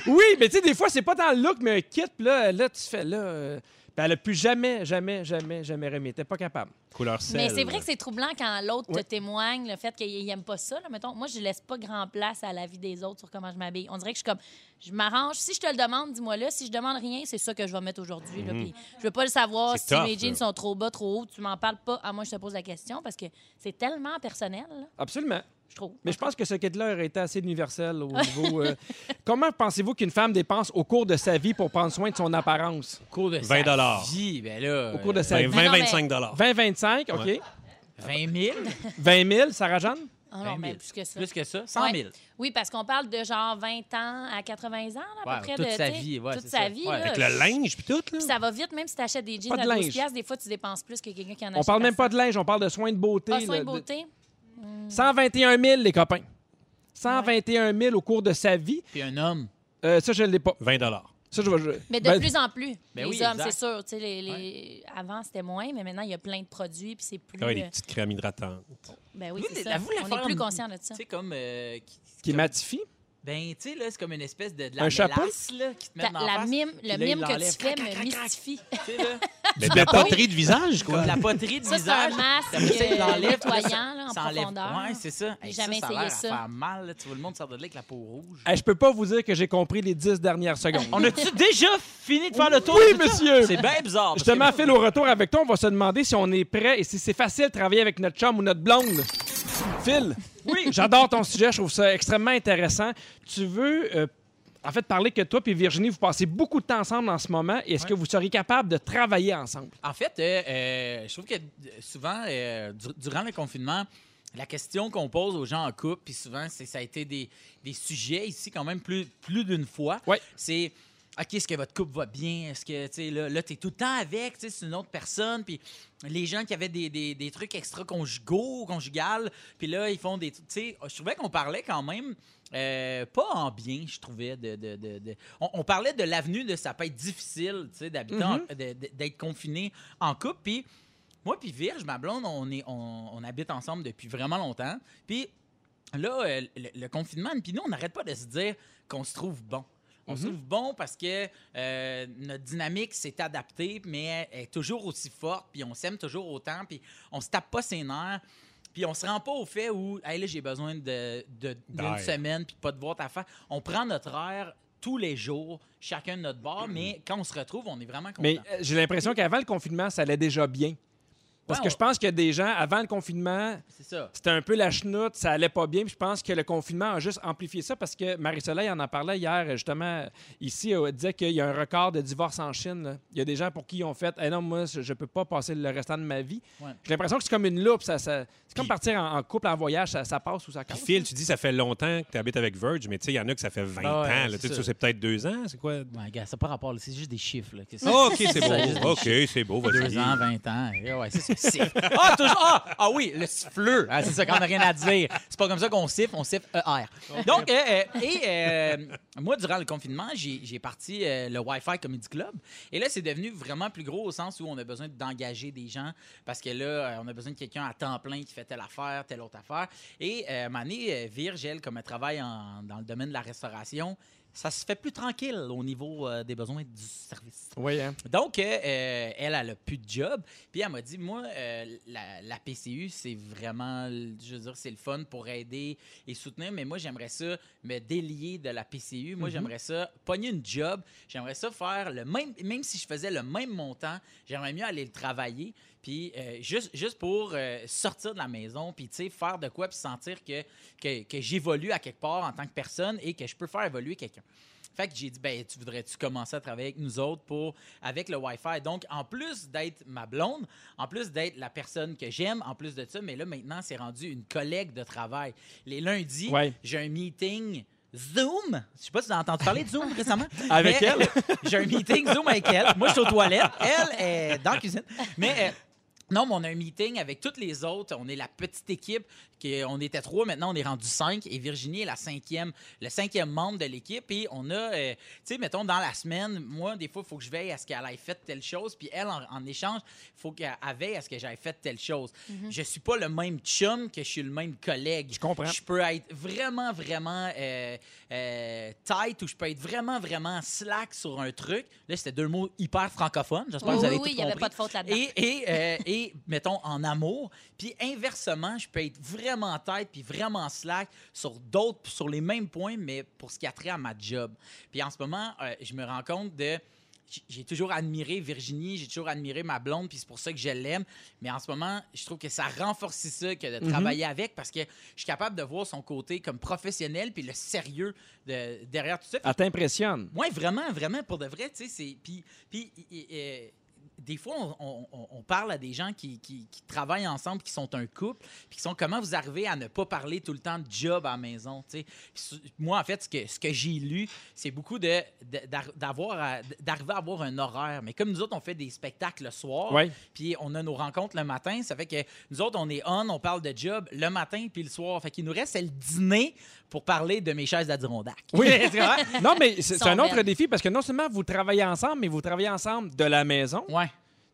oui, mais tu sais, des fois, c'est pas dans le look, mais un kit, puis là, là tu fais là. euh, puis elle a plus jamais, jamais, jamais, jamais remis. Elle était pas capable. Couleur sel. Mais c'est vrai que c'est troublant quand l'autre Ouais. te témoigne le fait qu'il n'aime pas ça. Là, mettons, moi, je laisse pas grand place à la vie des autres sur comment je m'habille. On dirait que je suis comme, je m'arrange. Si je te le demande, dis-moi là. Si je demande rien, c'est ça que je vais mettre aujourd'hui. là. Puis Je veux pas le savoir si C'est tough, mes jeans là. sont trop bas, trop hauts. Tu m'en parles pas. À moi, je te pose la question parce que c'est tellement personnel, là, Absolument. je trouve. Mais je pense que ce kit-là aurait été assez universel au niveau. euh, comment pensez-vous qu'une femme dépense au cours de sa vie pour prendre soin de son apparence? Au cours de 20 sa vie, ben là, Au cours de sa Ben, vie. Mais non, mais- 20-25 dollars. 20-25, OK. Ouais. 20 000? 20 000, Sarah-Jeanne? Ah non, 20 000. mais plus que ça. Ben, Plus que ça? 100 000. Ouais. Oui, parce qu'on parle de genre 20 ans à 80 ans, là, à Ouais, peu près. toute de, sa tu sais, vie, ouais, Toute c'est sa ça. vie. Ouais. là. Avec le linge, puis tout, là. Puis ça va vite, même si tu achètes des jeans Pas de à linge. 12 piastres, des fois, tu dépenses plus que quelqu'un qui en achète. On parle même à pas de linge, on parle de soins de beauté. Ah, soins là, de de- beauté. 121 000, les copains. 121 000 au cours de sa vie. Puis un homme. Euh, ça, je ne l'ai pas. 20 dollars. Ça, je vais. je- Mais de ben, plus en plus. les Ben oui, hommes, exact. c'est sûr. tu sais, les- les- Avant, c'était moins, mais maintenant, il y a plein de produits, puis c'est plus. Ah Comme des euh, petites crèmes hydratantes. Ben oui, Vous, c'est ça. la- vous, la On est forme- plus conscient de ça. Tu sais, comme... euh, qui- Qui comme- matifie. Ben, tu sais, là, c'est comme une espèce de, de la Un chapeau? mélasse, là, qui te met Ta- en La face. mime, Puis là, le il mime que l'enlève. tu fais Crac, me crac, crac, mystifie. crac, tu sais, là. Mais de la poterie de visage, Comme quoi. de la poterie de Ça, c'est un visage. masque Puis après ça, il euh, l'enlève, puis là, ça- nettoyant là, en ça enlève- profondeur. Ouais, c'est ça. J'ai Hey, jamais ça, ça a essayé l'air à ça. faire mal. là. Tu vois, le monde sort de là avec la peau rouge. Hey, je peux pas vous dire que j'ai compris les 10 dernières secondes. On a-tu déjà fini de faire le tour? Oui, de tout ça? monsieur. C'est bien bizarre. parce Justement, que- Phil, au retour avec toi, on va se demander si on est prêt et si c'est facile de travailler avec notre chum ou notre blonde. Phil, oui. j'adore ton sujet, je trouve ça extrêmement intéressant. Tu veux, euh, en fait, parler que toi et Virginie, vous passez beaucoup de temps ensemble en ce moment. Est-ce que vous seriez capable de travailler ensemble? En fait, euh, euh, je trouve que euh, souvent, euh, du- durant le confinement, la question qu'on pose aux gens en couple, puis souvent, c'est, ça a été des, des sujets ici quand même plus, plus d'une fois. Ouais. C'est, OK, est-ce que votre couple va bien? Est-ce que, tu sais, là, là tu es tout le temps avec, tu sais, c'est une autre personne. Puis les gens qui avaient des, des- des trucs extra-conjugaux, conjugales, puis là, ils font des... Tu sais, je trouvais qu'on parlait quand même... euh, pas en bien, je trouvais. De, de- de- de- On, on parlait de l'avenue de ça peut être difficile, tu sais, d'habiter en- de- de- d'être confiné en couple. Puis moi puis Virge, ma blonde, on, est, on, on habite ensemble depuis vraiment longtemps. Puis là, euh, le, le confinement, puis nous, on n'arrête pas de se dire qu'on se trouve bon. On se trouve bon parce que euh, notre dynamique s'est adaptée, mais elle est toujours aussi forte, puis on s'aime toujours autant, puis on se tape pas ses nerfs, puis on se rend pas au fait où, hey, là, j'ai besoin de- de- d'une D'air. semaine, puis de pas de voir ta face. On prend notre air tous les jours, chacun de notre bord, mais quand on se retrouve, on est vraiment content. Mais euh, j'ai l'impression qu'avant le confinement, ça allait déjà bien. Parce Ouais, que on- je pense qu'il y a des gens, avant le confinement, C'est ça. c'était un peu la chenoute, ça allait pas bien. Puis je pense que le confinement a juste amplifié ça parce que Marie-Soleil en en parlait hier, justement, ici. Elle disait qu'il y a un record de divorces en Chine. là. Il y a des gens pour qui ils ont fait Eh non, moi, je peux pas passer le restant de ma vie. Ouais. J'ai l'impression que c'est comme une loupe. Ça, ça- c'est comme Puis- partir en, en couple, en voyage, ça, ça passe ou ça Ah, Puis casse. Phil, tu dis ça fait longtemps que tu habites avec Verge, mais tu sais, il y en a que ça fait 20 Ah ouais, ans. c'est Là, Tu sais, ça. ça, c'est peut-être deux ans. C'est quoi? Ouais, gars, ça n'a pas rapport, là. c'est juste des chiffres. Là. Qu'est-ce que- Ah, OK, c'est C'est juste des beau. OK, c'est beau. vas-y. 2 ans, 20 ans. Eh ouais, c'est ça, siffle. Ah, toujours. Ah, ah oui, le siffleux. Ah, c'est ça qu'on n'a rien à dire. C'est pas comme ça qu'on siffle, on siffle ER. Donc, euh, euh, et euh, moi, durant le confinement, j'ai j'ai parti euh, le Wi-Fi Comedy Club. Et là, c'est devenu vraiment plus gros au sens où on a besoin d'engager des gens parce que là, euh, on a besoin de quelqu'un à temps plein qui fait telle affaire, telle autre affaire. Et euh, Mané, euh, Virge, elle, comme elle travaille en- dans le domaine de la restauration, ça se fait plus tranquille au niveau euh, des besoins du service. Oui, hein. Donc, euh, euh, elle, elle a plus de job. Puis elle m'a dit, moi, euh, la, la PCU, c'est vraiment, l- je veux dire, c'est le fun pour aider et soutenir, mais moi, j'aimerais ça me délier de la PCU. Moi, j'aimerais ça pogner une job. J'aimerais ça faire le même, même si je faisais le même montant, j'aimerais mieux aller le travailler. Puis euh, juste, juste pour euh, sortir de la maison, puis tu sais, faire de quoi, puis sentir que, que, que j'évolue à quelque part en tant que personne et que je peux faire évoluer quelqu'un. Fait que j'ai dit, ben, tu voudrais-tu commencer à travailler avec nous autres pour, avec le Wi-Fi? Donc, en plus d'être ma blonde, en plus d'être la personne que j'aime, en plus de ça, mais là, maintenant, c'est rendu une collègue de travail. Les lundis, Ouais. j'ai un meeting Zoom. Je sais pas si vous avez entendu parler de Zoom récemment. Avec Mais, elle? euh, J'ai un meeting Zoom avec elle. Moi, je suis aux toilettes. Elle est dans la cuisine. Mais euh, non, mais on a un meeting avec toutes les autres. On est la petite équipe. Qui, on était trois, maintenant on est rendu cinq. Et Virginie est la cinquième, le cinquième membre de l'équipe. Et on a, euh, tu sais, mettons, dans la semaine, moi, des fois, il faut que je veille à ce qu'elle ait fait telle chose. Puis elle, en, en échange, il faut qu'elle elle veille à ce que j'aille fait telle chose. Je suis pas le même chum que je suis le même collègue. Je comprends. Je peux être vraiment, vraiment euh, euh, tight ou je peux être vraiment, vraiment slack sur un truc. Là, c'était deux mots hyper francophones. J'espère Oui, que vous avez oui, oui, tout il y avait compris. pas de faute là-dedans. Et, et, euh, et, mettons, en amour. Puis inversement, je peux être vraiment tête puis vraiment slack sur d'autres, sur les mêmes points, mais pour ce qui a trait à ma job. Puis en ce moment, euh, je me rends compte de... j- J'ai toujours admiré Virginie, j'ai toujours admiré ma blonde, puis c'est pour ça que je l'aime. Mais en ce moment, je trouve que ça renforce ça que de travailler avec parce que je suis capable de voir son côté comme professionnel puis le sérieux de- derrière tout ça. Puis Elle t'impressionne. oui, vraiment, vraiment, pour de vrai, tu sais, c'est... Puis, puis i- i- euh, des fois, on, on- on- on parle à des gens qui, qui- qui travaillent ensemble, qui sont un couple, puis qui sont comment vous arrivez à ne pas parler tout le temps de job à la maison, tu sais. Puis sou- Moi, en fait, ce que, ce que j'ai lu, c'est beaucoup de, de- d'ar- d'avoir à- d'arriver à avoir un horaire. Mais comme nous autres, on fait des spectacles le soir, Ouais. puis on a nos rencontres le matin, ça fait que nous autres, on est on, on parle de job le matin puis le soir. Fait qu'il nous reste c'est le dîner pour parler de mes chaises d'Adirondack. Oui, non, mais c'est c'est un Sont autre belles. défi parce que non seulement vous travaillez ensemble, mais vous travaillez ensemble de la maison. Ouais.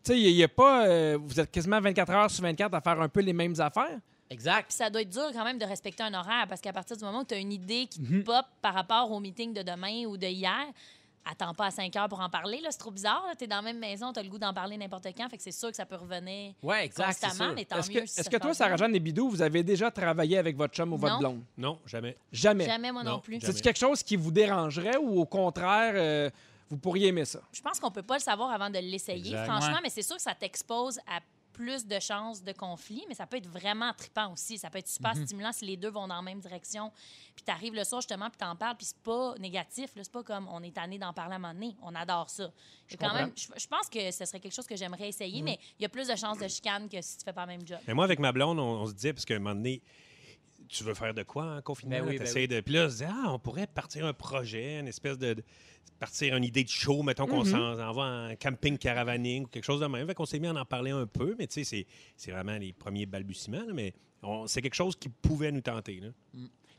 Tu sais, il n'y a, pas. euh, vous êtes quasiment 24 heures sur 24 à faire un peu les mêmes affaires. Exact. Puis ça doit être dur quand même de respecter un horaire parce qu'à partir du moment où tu as une idée qui Mhm. te pop par rapport au meeting de demain ou de hier, attends pas à 5 heures pour en parler. là, C'est trop bizarre. Tu es dans la même maison, tu as le goût d'en parler n'importe quand. Fait que c'est sûr que ça peut revenir Ouais, exact. c'est constamment, sûr. mais tant Est-ce que, mieux. si est-ce ça que se toi, passe bien. Sarah-Jeanne et Bidou, vous avez déjà travaillé avec votre chum ou votre Non. blonde? Non, jamais. Jamais. Jamais moi non, Non, plus. jamais. C'est-tu quelque chose qui vous dérangerait ou au contraire, euh, vous pourriez aimer ça? Je pense qu'on peut pas le savoir avant de l'essayer, Exact. franchement, Ouais. mais c'est sûr que ça t'expose à plus de chances de conflit, mais ça peut être vraiment trippant aussi. Ça peut être super stimulant si les deux vont dans la même direction. Puis t'arrives le soir justement, puis t'en parles, puis c'est pas négatif. là. C'est pas comme on est tanné d'en parler à un moment donné. On adore ça. Je, quand même, je, je pense que ce serait quelque chose que j'aimerais essayer, mais il y a plus de chances de chicane que si tu fais pas le même job. Mais moi, avec ma blonde, on, on se disait, parce qu'à un moment donné, tu veux faire de quoi en confinement? Ben oui, là, ben t'essayes de... Puis là, on se disait, ah, on pourrait partir un projet, une espèce de. de- partir une idée de show, mettons qu'on Mhm. s'en s'en va en camping caravaning ou quelque chose de même. Fait qu'on s'est mis à en parler un peu, mais tu sais, c'est- c'est vraiment les premiers balbutiements, là, mais on- c'est quelque chose qui pouvait nous tenter. là.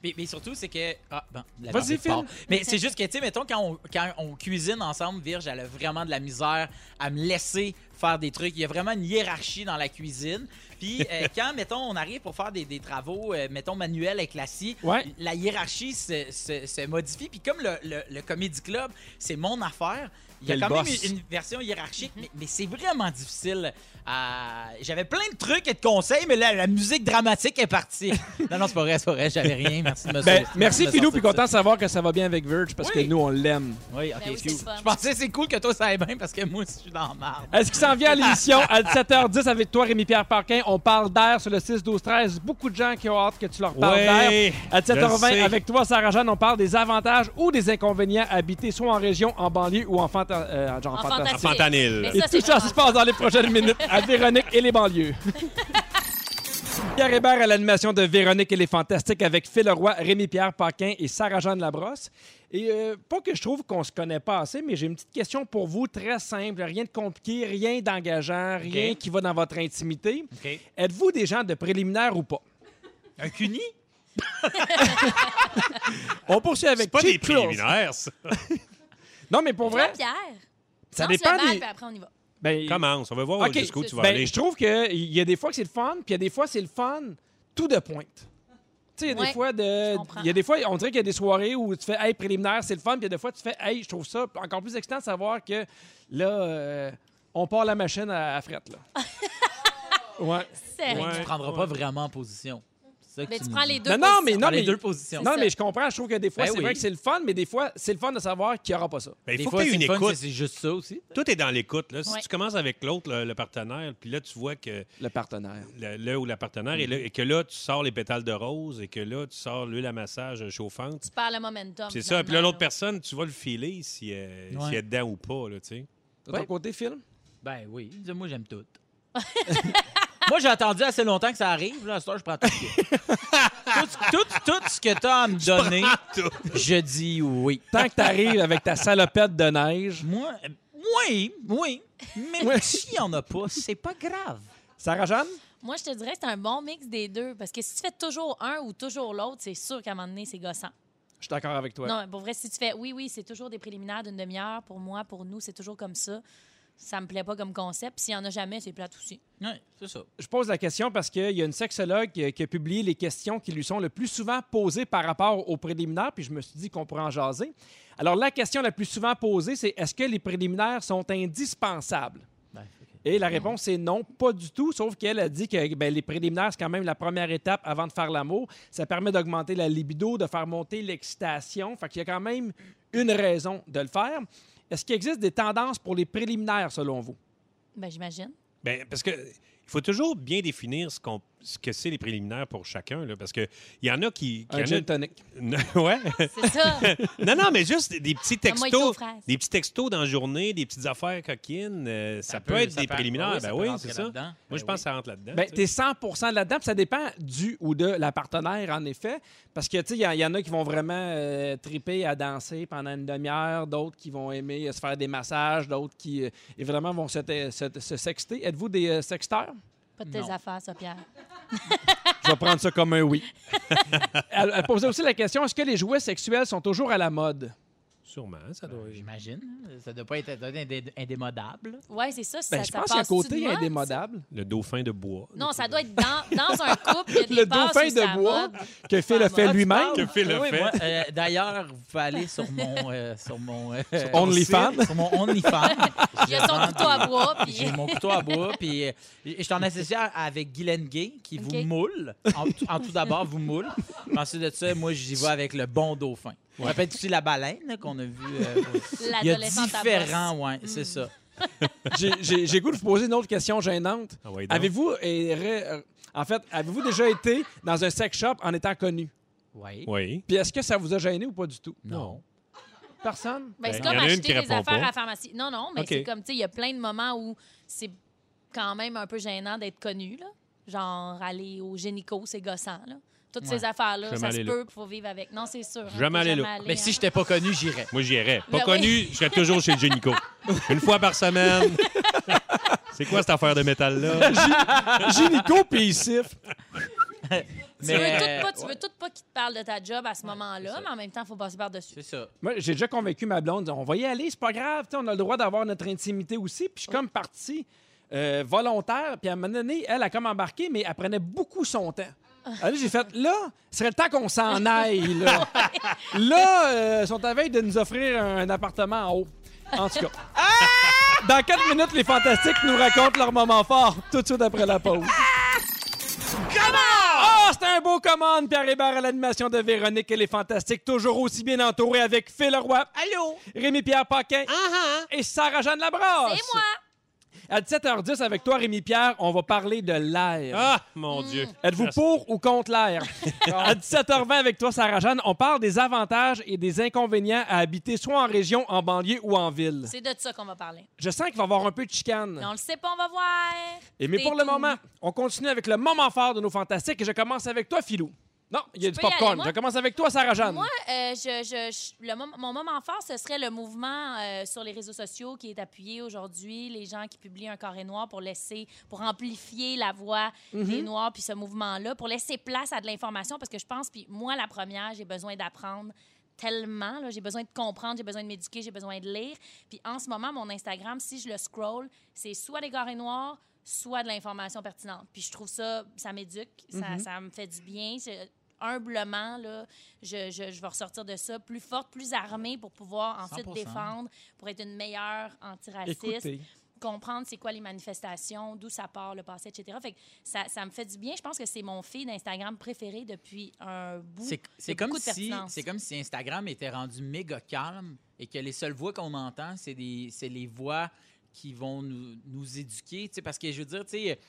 Mais, mais surtout, c'est que. Ah, bon, la Vas-y, barbe est fort. Phil. Mais c'est juste que, tu sais, mettons, quand on, quand on cuisine ensemble, Virge, elle a vraiment de la misère à me laisser faire des trucs. Il y a vraiment une hiérarchie dans la cuisine. Puis euh, quand, mettons, on arrive pour faire des, des travaux, euh, mettons, manuels et classiques, Ouais. la hiérarchie se, se- se modifie. Puis comme le, le, le Comedy Club, c'est mon affaire, il y a Quel quand même boss. une, une version hiérarchique, mais, mais c'est vraiment difficile. à- J'avais plein de trucs et de conseils, mais là, la musique dramatique est partie. non, non, c'est pas vrai, c'est pas vrai, j'avais rien. Merci de me Ben, sauver- merci de me Philou, sortir puis de ça. content de savoir que ça va bien avec Verge parce Oui. que nous, on l'aime. Oui, ok, Ben oui, c'est cool. le fun. Je pensais que c'est cool que toi ça aille bien parce que moi aussi, je suis dans la marde. Est-ce qu'il s'en vient à l'émission à 17h10 avec toi, Rémi-Pierre Parquin? On parle d'air sur le 6-12-13. Beaucoup de gens qui ont hâte que tu leur parles Ouais, d'air. À je le 17h20, sais. avec toi, Sarah-Jeanne, on parle des avantages ou des inconvénients à habiter soit en région, en banlieue ou en, fanta- euh, genre en En fantastique. fantastique. Fentanyl. Mais Et ça, tout c'est ça vraiment- se passe dans les prochaines minutes à Véronique et les banlieues. Pierre Hébert à l'animation de Véronique et les Fantastiques avec Phil Roy, Rémi-Pierre Paquin et Sarah-Jeanne Labrosse. Et euh, pas que je trouve qu'on se connaît pas assez, mais j'ai une petite question pour vous, très simple. Rien de compliqué, rien d'engageant, rien qui va dans votre intimité. Ok. Êtes-vous des gens de préliminaire ou pas? Un cuni? On poursuit avec C'est pas des Cheap Thrills. préliminaires, ça. Non, mais pour vrai, Toi, Pierre, ça lance le dépend bal, des... puis après, on y va. Ben, Commence, on va voir Ok. jusqu'où tu vas Ben, aller. je trouve qu'il y a des fois que c'est le fun, puis il y a des fois c'est le fun tout de pointe. Tu sais, il y a des Ouais, fois de. je comprends. Il y a des fois, on dirait qu'il y a des soirées où tu fais Hey, préliminaire, c'est le fun, puis il y a des fois tu fais Hey, je trouve ça encore plus excitant de savoir que là, euh, on part la machine à, à fret, là. ouais. Sérieux. Tu Ouais. prendras pas vraiment position. C'est ça que Ben, tu me prends dis. les deux. Non, non, mais positions. Prends non, les mais. deux positions. Non, ça. mais je comprends, je trouve que des fois, Ben c'est oui. vrai que c'est le fun, mais des fois, c'est le fun de savoir qu'il n'y aura pas ça. Ben, il Des faut fois, que tu aies c'est une le fun, écoute. C'est juste ça aussi. Tout est dans l'écoute. là. Si Ouais. tu commences avec l'autre, le, le partenaire, puis là, tu vois que Le partenaire. le, le ou la partenaire, et, là- et que là, tu sors les pétales de rose, et que là, tu sors l'huile à massage chauffante. Tu perds le momentum. C'est ça. Puis là, finalement, l'autre personne, tu vas le filer si, euh, Ouais. s'il est dedans ou pas, là, tu sais. De Ouais. ton côté, Phil? Ben oui, moi j'aime tout. Moi, j'ai attendu assez longtemps que ça arrive. Là, à cette heure, je prends tout ce qu'il y a. tout, tout, tout ce que tu as à me donner, je dis oui. Tant que t'arrives avec ta salopette de neige, Moi, euh, oui, oui. Mais si on a pas, c'est pas grave. Sarah-Jeanne? Moi, je te dirais que c'est un bon mix des deux. Parce que si tu fais toujours un ou toujours l'autre, c'est sûr qu'à un moment donné, c'est gossant. Je suis d'accord avec toi. Non, pour vrai, si tu fais oui, oui, c'est toujours des préliminaires d'une demi-heure. Pour moi, pour nous, c'est toujours comme ça. Ça me plaît pas comme concept. Puis S'il y en a jamais, c'est plate aussi. Oui, c'est ça. Je pose la question parce qu'il y a une sexologue qui, qui a publié les questions qui lui sont le plus souvent posées par rapport aux préliminaires, puis je me suis dit qu'on pourrait en jaser. Alors, la question la plus souvent posée, c'est est-ce que les préliminaires sont indispensables? Ben, Et la réponse est non, pas du tout, sauf qu'elle a dit que ben, les préliminaires, c'est quand même la première étape avant de faire l'amour. Ça permet d'augmenter la libido, de faire monter l'excitation. Fait qu'il y a quand même une raison de le faire. Est-ce qu'il existe des tendances pour les préliminaires, selon vous? Ben, j'imagine. Ben, parce que il faut toujours bien définir ce, qu'on, ce que c'est les préliminaires pour chacun, là, parce que il y en a qui. qui Un en a- gin tonic. ouais. C'est ça. non, non, mais juste des petits mojito aux textos. fraises. Des petits textos dans la journée, des petites affaires coquines. euh, ça, peut, être des préliminaires. ben oui, c'est ça. Moi, je pense que ça rentre là-dedans. Ben, tu sais. t'es 100 là-dedans, puis ça dépend du ou de la partenaire, en effet. Parce que, tu sais, il y en- il y, en a qui vont vraiment euh, triper à danser pendant une demi-heure, d'autres qui vont aimer euh, se faire des massages, d'autres qui, euh, évidemment, vont se, te- se- se sexter. Êtes-vous des euh, sexteurs? Pas de tes Non. affaires, ça, Pierre. Je vais prendre ça comme un oui. elle, elle posait aussi la question est-ce que les jouets sexuels sont toujours à la mode? Sûrement, ça doit. J'imagine. Ça doit pas être indé- indémodable. Ouais, c'est ça. ça- Ben, je ça pense qu'à passe-tu de côté mode, indémodable. Le dauphin de bois. ça? Non, ça doit être dans, dans un couple. il y a des Le passes dauphin où c'est à de bois mode. que Phil a fait Ah, tu lui-même. parles? Que Phil a Ah oui, fait. moi, euh, D'ailleurs, vous pouvez aller sur mon... euh, sur mon euh, OnlyFans. site, Sur mon OnlyFans. Il y a son J'ai couteau à bois. puis- J'ai mon couteau à bois, puis euh, je suis en association avec Guylaine Gay, qui Ok. vous moule. En, tout- en tout d'abord, vous moule. Puis ensuite de ça, moi, j'y vais avec le bon dauphin. On appelle aussi la baleine là, qu'on a vue. euh, il y a L'adolescente à bosse. Hmm. différents, ouais, c'est ça. J'ai- J'ai j'ai goût de vous poser une autre question gênante. Ah ouais, donc. Avez-vous et- ré- en fait, avez-vous déjà été dans un sex shop en étant connu? Oui. Oui. Puis est-ce que ça vous a gêné ou pas du tout? Non. Personne? Ben, c'est Ben, il y comme en a une acheter qui des répond affaires à pas. la pharmacie. Non, non, mais OK. c'est comme, tu sais, il y a plein de moments où c'est quand même un peu gênant d'être connu, là. Genre, aller au génico, c'est gossant, là. Toutes Ouais. ces affaires-là, Jamais ça se aller peut, il faut vivre avec. Non, c'est sûr. hein, Jamais t'es aller là. Mais si j'étais pas connu, j'irais. Moi, j'irais. Pas Ben connu, oui. je serais toujours chez le Génico. Une fois par semaine. C'est quoi cette affaire de métal-là? J'ai Nico puis il siffle. Tu veux, Mais, tout pas, tu euh, veux tout pas qu'il te parle de ta job à ce moment-là, ça. mais en même temps, il faut passer par-dessus. C'est ça. Moi, j'ai déjà convaincu ma blonde, on va y aller, c'est pas grave, tu sais, on a le droit d'avoir notre intimité aussi. Puis je suis comme parti euh, volontaire, puis à un moment donné, elle a comme embarqué, mais elle prenait beaucoup son temps. Alors là, j'ai fait, là, ce serait le temps qu'on s'en aille. Là, là euh, ils sont à veille de nous offrir un appartement en haut. En tout cas. Dans quatre minutes, les Fantastiques nous racontent leur moment fort, tout de suite après la pause. Ah, c'est un beau commande, Pierre Hébert à l'animation de Véronique. Elle est fantastique, toujours aussi bien entourée avec Phil Roy. Allô? Rémi-Pierre Paquin. Et Sarah-Jeanne Labrosse. C'est moi! À 17h10, avec toi, Rémi-Pierre, on va parler de l'air. Ah, Hmm. mon Dieu. Êtes-vous pour ou contre l'air? à 17h20 avec toi, Sarah-Jeanne, on parle des avantages et des inconvénients à habiter soit en région, en banlieue ou en ville. C'est de ça qu'on va parler. Je sens qu'il va y avoir un peu de chicane. Mais on le sait pas, on va voir. Et mais Stay pour le tuned. moment, on continue avec le moment fort de nos fantastiques et je commence avec toi, Philou. Non, il y a Je du peux y aller, popcorn. moi? je commence avec toi, Sarah-Jeanne. Moi, euh, je, je- je- le mom- mon moment fort, ce serait le mouvement euh, sur les réseaux sociaux qui est appuyé aujourd'hui. Les gens qui publient un carré noir pour laisser, pour amplifier la voix des Noirs, puis ce mouvement-là, pour laisser place à de l'information, parce que je pense, puis moi, la première, j'ai besoin d'apprendre tellement. là. J'ai besoin de comprendre, j'ai besoin de m'éduquer, j'ai besoin de lire. Puis en ce moment, mon Instagram, si je le scroll, c'est soit des carrés noirs, soit de l'information pertinente. Puis je trouve ça, ça m'éduque, ça, ça me fait du bien. Je- humblement, là, je, je- je vais ressortir de ça plus forte, plus armée pour pouvoir ensuite 100%. défendre, pour être une meilleure antiraciste Écoutez. comprendre c'est quoi les manifestations, d'où ça part, le passé, etc. Fait que ça, ça me fait du bien. Je pense que c'est mon feed Instagram préféré depuis un bout. C'est- Il y C'est a comme, beaucoup de si, pertinence. c'est comme si Instagram était rendu méga calme et que les seules voix qu'on entend, c'est des- c'est les voix qui vont nous, nous éduquer. tu sais, Parce que je veux dire, tu sais,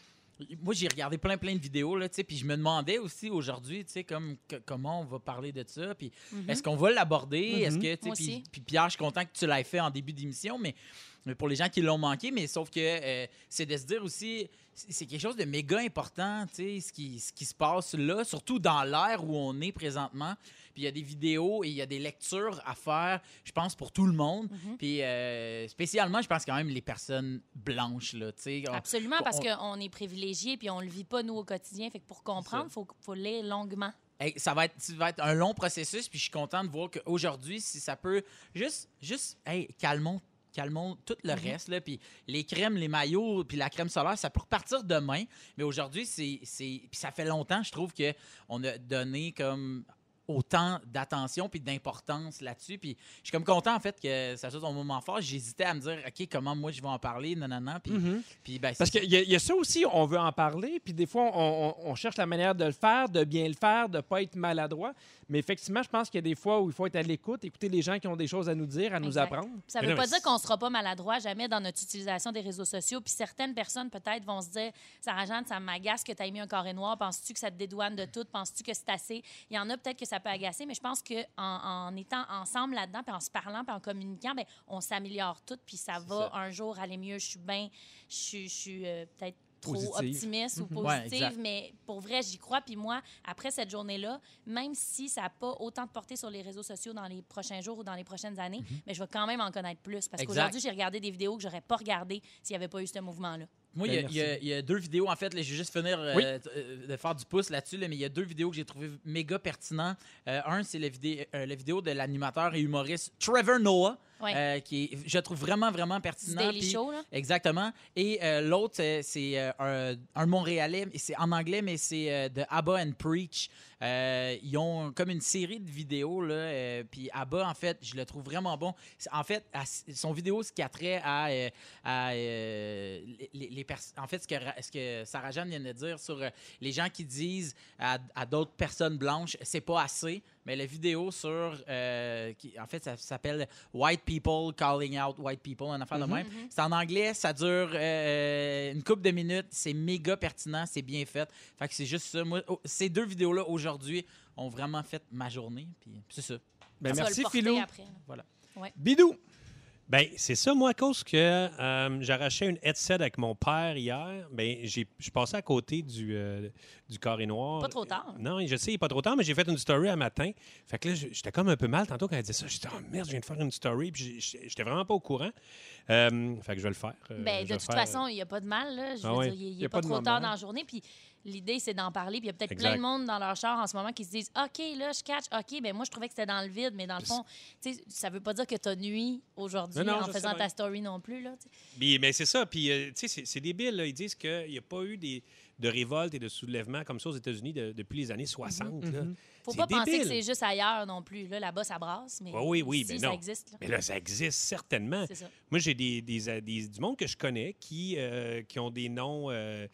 moi, j'ai regardé plein, plein de vidéos, là, tu sais, puis je me demandais aussi aujourd'hui, tu sais, comme, que- comment on va parler de ça, puis est-ce qu'on va l'aborder, est-ce que, tu sais, Mhm. Moi puis- aussi. puis Pierre, je suis content que tu l'aies fait en début d'émission, mais mais pour les gens qui l'ont manqué, mais sauf que euh, c'est de se dire aussi, c- c'est quelque chose de méga important, tu sais, ce qui, ce qui se passe là, surtout dans l'ère où on est présentement. Puis il y a des vidéos et il y a des lectures à faire, je pense, pour tout le monde. Mhm. Puis euh, spécialement, je pense quand même les personnes blanches, là, tu sais. On- Absolument, parce oh, on- qu'on est privilégié puis on le vit pas, nous, au quotidien. Fait que pour comprendre, faut, faut lire longuement. Hey, ça, va être, ça va être un long processus, puis je suis content de voir qu'aujourd'hui, si ça peut. Juste, juste hey, calmons, calmons tout le reste, là, puis les crèmes, les maillots, puis la crème solaire, ça peut repartir demain. Mais aujourd'hui, c'est. c'est- Puis ça fait longtemps, je trouve, que on a donné comme autant d'attention puis d'importance là-dessus. Puis je suis comme content, en fait, que ça soit ton moment fort. J'hésitais à me dire, OK, comment moi je vais en parler, non, non, non. Puis, puis, ben, Mhm. Parce c'est- qu'il y, a- il y a ça aussi, on veut en parler, puis des fois, on, on- on cherche la manière de le faire, de bien le faire, de ne pas être maladroit. Mais effectivement, je pense qu'il y a des fois où il faut être à l'écoute, écouter les gens qui ont des choses à nous dire, à nous Exact. apprendre. Ça Mais veut non, pas mais dire c'est- qu'on sera pas maladroit jamais dans notre utilisation des réseaux sociaux. Puis certaines personnes, peut-être, vont se dire Sarah Jeanne, ça m'agace que tu aies mis un carré noir. Penses-tu que ça te dédouane de tout Penses-tu que c'est assez Il y en a peut-être que ça peut agacer, mais je pense qu'en en, en étant ensemble là-dedans, puis en se parlant, puis en communiquant, ben on s'améliore tout, puis ça va un jour aller mieux. Je suis bien, je suis- je suis euh, peut-être trop Positive. optimiste ou Ouais, positive, exact. mais pour vrai, j'y crois. Puis moi, après cette journée-là, même si ça n'a pas autant de portée sur les réseaux sociaux dans les prochains jours ou dans les prochaines années, Mhm. mais je vais quand même en connaître plus. Parce Exact. qu'aujourd'hui, j'ai regardé des vidéos que j'aurais pas regardées s'il n'y avait pas eu ce mouvement-là. Moi, il Ben, y a- il y, a- il y a deux vidéos, en fait. là, je vais juste finir euh, Oui. t- euh, de faire du pouce là-dessus, là, mais il y a deux vidéos que j'ai trouvées méga pertinentes. Euh, un, c'est la, vidé- euh, la vidéo de l'animateur et humoriste Trevor Noah, Ouais. euh, qui est- je trouve vraiment, vraiment Du pertinent. Daily puis- Show, là. Exactement. Et euh, l'autre, euh, c'est euh, un, un Montréalais, mais c'est en anglais, mais c'est euh, de Abba and Preach. Euh, ils ont comme une série de vidéos, là. euh, puis Abba, en fait, je le trouve vraiment bon. C'est- En fait, à- son vidéo, ce qui a trait à, euh, à, euh, les, les pers- En fait, ce que, Ra- ce que Sarah Jeanne vient de dire sur euh, les gens qui disent à, à d'autres personnes blanches, c'est pas assez. Mais la vidéo sur. euh, qui, en fait, ça s'appelle White People Calling Out White People, un affaire de même. C'est en anglais, ça dure euh, une couple de minutes, c'est méga pertinent, c'est bien fait. Fait que c'est juste ça. Moi, oh, ces deux vidéos-là aujourd'hui ont vraiment fait ma journée. Puis c'est ça. Ben, Tu vas le merci, porter Philou. après, là. Bidou! Ben, c'est ça, moi, à cause que euh, j'arrachais une headset avec mon père hier, ben, j'ai- je passais à côté du, euh, du carré noir. Pas trop tard. Non, je sais, il est pas trop tard, mais j'ai fait une story un matin. Fait que là, j- j'étais comme un peu mal tantôt quand elle disait ça. J'étais, oh merde, je viens de faire une story, puis j'ai- j'ai- j'étais vraiment pas au courant. Euh, fait que je vais le faire. euh, Ben, de je vais toute faire- façon, il n'y a pas de mal. Là. Je Ah veux ouais. dire, il n'est pas, de trop moment. tard dans la journée. Puis l'idée, c'est d'en parler. Puis il y a peut-être plein hein. Exact. de monde dans leur char en ce moment qui se disent OK, là, je catch. OK, ben moi, je trouvais que c'était dans le vide. Mais dans le fond, tu sais, ça ne veut pas dire que tu as nuit aujourd'hui Non, non, en je faisant ta sais bien. story non plus. Là, tu sais. Puis, mais c'est ça. Puis, euh, tu sais, c'est- c'est débile. là. Ils disent qu'il n'y a pas eu des, de révolte et de soulèvement comme ça aux États-Unis de- depuis les années 60. là. Mm-hmm. faut C'est pas penser que débile. c'est juste ailleurs non plus. Là, là-bas, ça brasse. Mais Ouais, oui, oui, ici, ben ça non. existe. là. Mais là, ça existe certainement. C'est ça. Moi, j'ai des, des, euh, des- du monde que je connais qui, euh, qui ont des noms euh,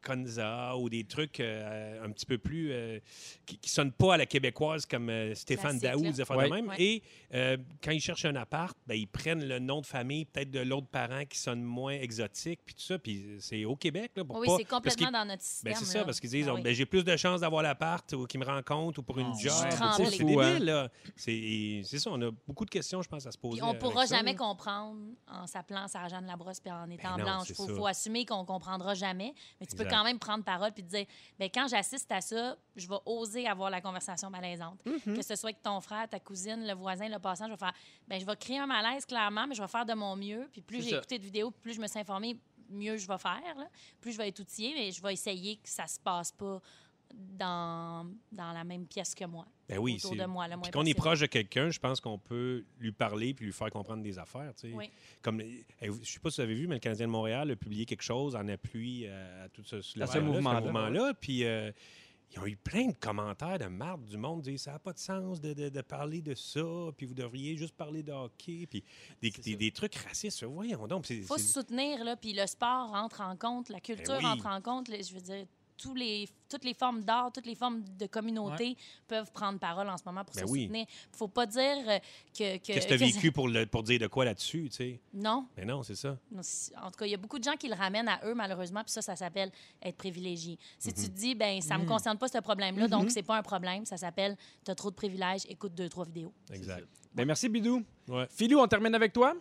Konza ou des trucs euh, un petit peu plus. euh, qui, qui sonnent pas à la québécoise comme euh, Stéphane Classique, là. Daou, des affaires de Ouais. même. Ouais. Et euh, quand ils cherchent un appart, ben, ils prennent le nom de famille, peut-être de l'autre parent qui sonne moins exotique, puis tout ça. Puis c'est au Québec, là, pour Oui, pas- c'est parce qu'ils- complètement dans notre système. ben, c'est ça, là. parce qu'ils disent Ah oh, oui. ben, j'ai plus de chances d'avoir l'appart ou qu'ils me rencontrent ou pour une Ah, je job. suis Tu sais, tremblée. C'est Fou, hein? débile, là. C'est c'est ça, on a beaucoup de questions, je pense, à se poser. Puis on avec pourra ça, jamais là. Ben comprendre en s'appelant Sarah Jeanne Labrosse puis en étant non, blanche. Il c'est faut, ça. faut assumer qu'on comprendra jamais, mais tu peux Exact. quand même prendre parole puis te dire ben quand j'assiste à ça, je vais oser avoir la conversation malaisante. Mm-hmm. Que ce soit avec ton frère, ta cousine, le voisin, le passant, je vais faire ben je vais créer un malaise clairement, mais je vais faire de mon mieux. Puis plus C'est j'ai ça. écouté de vidéos, plus je me suis informée, mieux je vais faire, là. plus je vais être outillée, mais je vais essayer que ça se passe pas dans, dans la même pièce que moi, Ben oui, autour c'est- de moi, le moins Puis qu'on est possible. proche de quelqu'un, je pense qu'on peut lui parler puis lui faire comprendre des affaires. tu sais. Oui. Comme, eh, je ne sais pas si vous avez vu, mais le Canadien de Montréal a publié quelque chose en appui euh, à tout ce, À ce ce mouvement-là. mouvement-là. Puis euh, ils ont eu plein de commentaires de marde du monde dire ça n'a pas de sens de, de- de parler de ça, puis vous devriez juste parler de hockey, puis des, C'est des- ça. des trucs racistes. Voyons donc. c'est- faut c'est- se soutenir, là, puis le sport rentre en compte, la culture Ben oui. rentre en compte. là, je veux dire, tous les, toutes les formes d'art, toutes les formes de communauté peuvent prendre parole en ce moment pour Ben se oui. soutenir. faut pas dire euh, que... que- Qu'est-ce que tu que- as vécu pour, le- pour dire de quoi là-dessus? tu sais? Non. Mais non, c'est ça. Non, c'est- En tout cas, il y a beaucoup de gens qui le ramènent à eux, malheureusement, puis ça, ça s'appelle être privilégié. Si Mhm. tu te dis, ben ça me concerne pas ce problème-là, donc c'est pas un problème, ça s'appelle t'as trop de privilèges, écoute deux, trois vidéos. Exact. Ben, merci, Bidou. Ouais. Philou, on termine avec toi.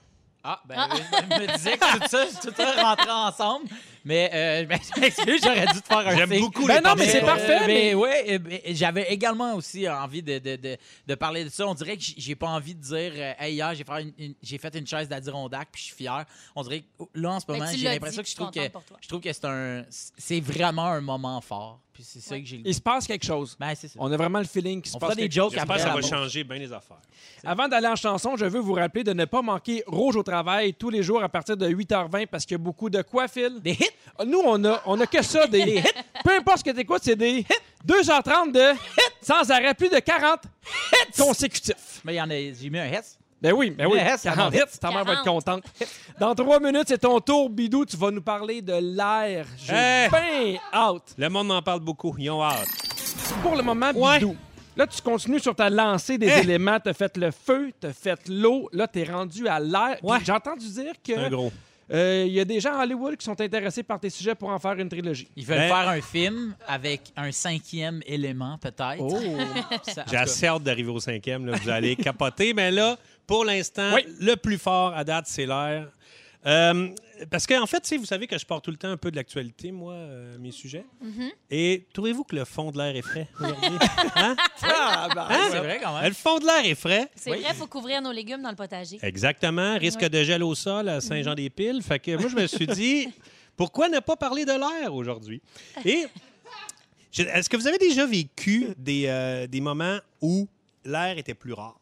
Ah, ben, Ah. euh, je me disais que tout ça, tout ça rentrait ensemble. Mais euh, ben, je m'excuse, j'aurais dû te faire un J'aime signe. beaucoup Ben les non, mais parties c'est de euh, ton- parfait, mais- Mais ouais, euh, ben, j'avais également aussi envie de, de, de, de parler de ça. On dirait que j- j'ai pas envie de dire euh, Hey, hier, j'ai fait une, une- j'ai fait une chaise d'Adirondack, puis je suis fier. On dirait que oh, là, en ce Mais moment, tu j'ai l'as l'impression dit, que puis je je suis trouve que, contente pour toi. je trouve que c'est un, c'est vraiment un moment fort. Puis c'est ça Ouais. que j'ai. le Il se passe quelque chose. Ben, c'est ça. On a vraiment le feeling qu'il se On passe fera des quelque jokes J'espère après. que ça la va mort. changer bien les affaires. Avant d'aller en chanson, je veux vous rappeler de ne pas manquer Rouge au travail tous les jours à partir de 8h20 parce qu'il y a beaucoup de quoi, Phil? Des hits! Nous, on a, on a que ça, des, hits. Peu importe ce que t'écoutes, c'est des 2h30 de sans arrêt, plus de 40 consécutifs. Mais il y en a, j'ai mis un hits. Ben oui, ben oui. Mais, hein, ça 40 m'en- hits, ta mère va être contente. Dans trois minutes, c'est ton tour, Bidou. Tu vas nous parler de l'air. J'ai Hey! bien hâte. Le monde en parle beaucoup. Ils ont hâte. Pour le moment, Ouais. Bidou. Là, tu continues sur ta lancée des Hein? éléments. T'as fait le feu, t'as fait l'eau. Là, t'es rendu à l'air. Puis Ouais. J'ai entendu dire que C'est un gros. euh, il y a des gens à Hollywood qui sont intéressés par tes sujets pour en faire une trilogie. Ils veulent Ben- faire un film avec un cinquième élément, peut-être. Ça- en tout J'ai cas, assez hâte d'arriver au cinquième. là. Vous allez capoter. Mais là, pour l'instant, Oui. le plus fort à date, c'est l'air. Euh, parce qu'en fait, tu sais, vous savez que je porte tout le temps un peu de l'actualité, moi, euh, mes sujets. Et trouvez-vous que le fond de l'air est frais aujourd'hui? Hein? Hein? Ah, ben, C'est vrai quand Le même. fond de l'air est frais. C'est Oui. vrai, il faut couvrir nos légumes dans le potager. Eh, Exactement. Risque Ouais. de gel au sol à Saint-Jean-des-Piles. Fait que moi, je me suis dit, pourquoi ne pas parler de l'air aujourd'hui? Et je- est-ce que vous avez déjà vécu des, euh, des moments où l'air était plus rare?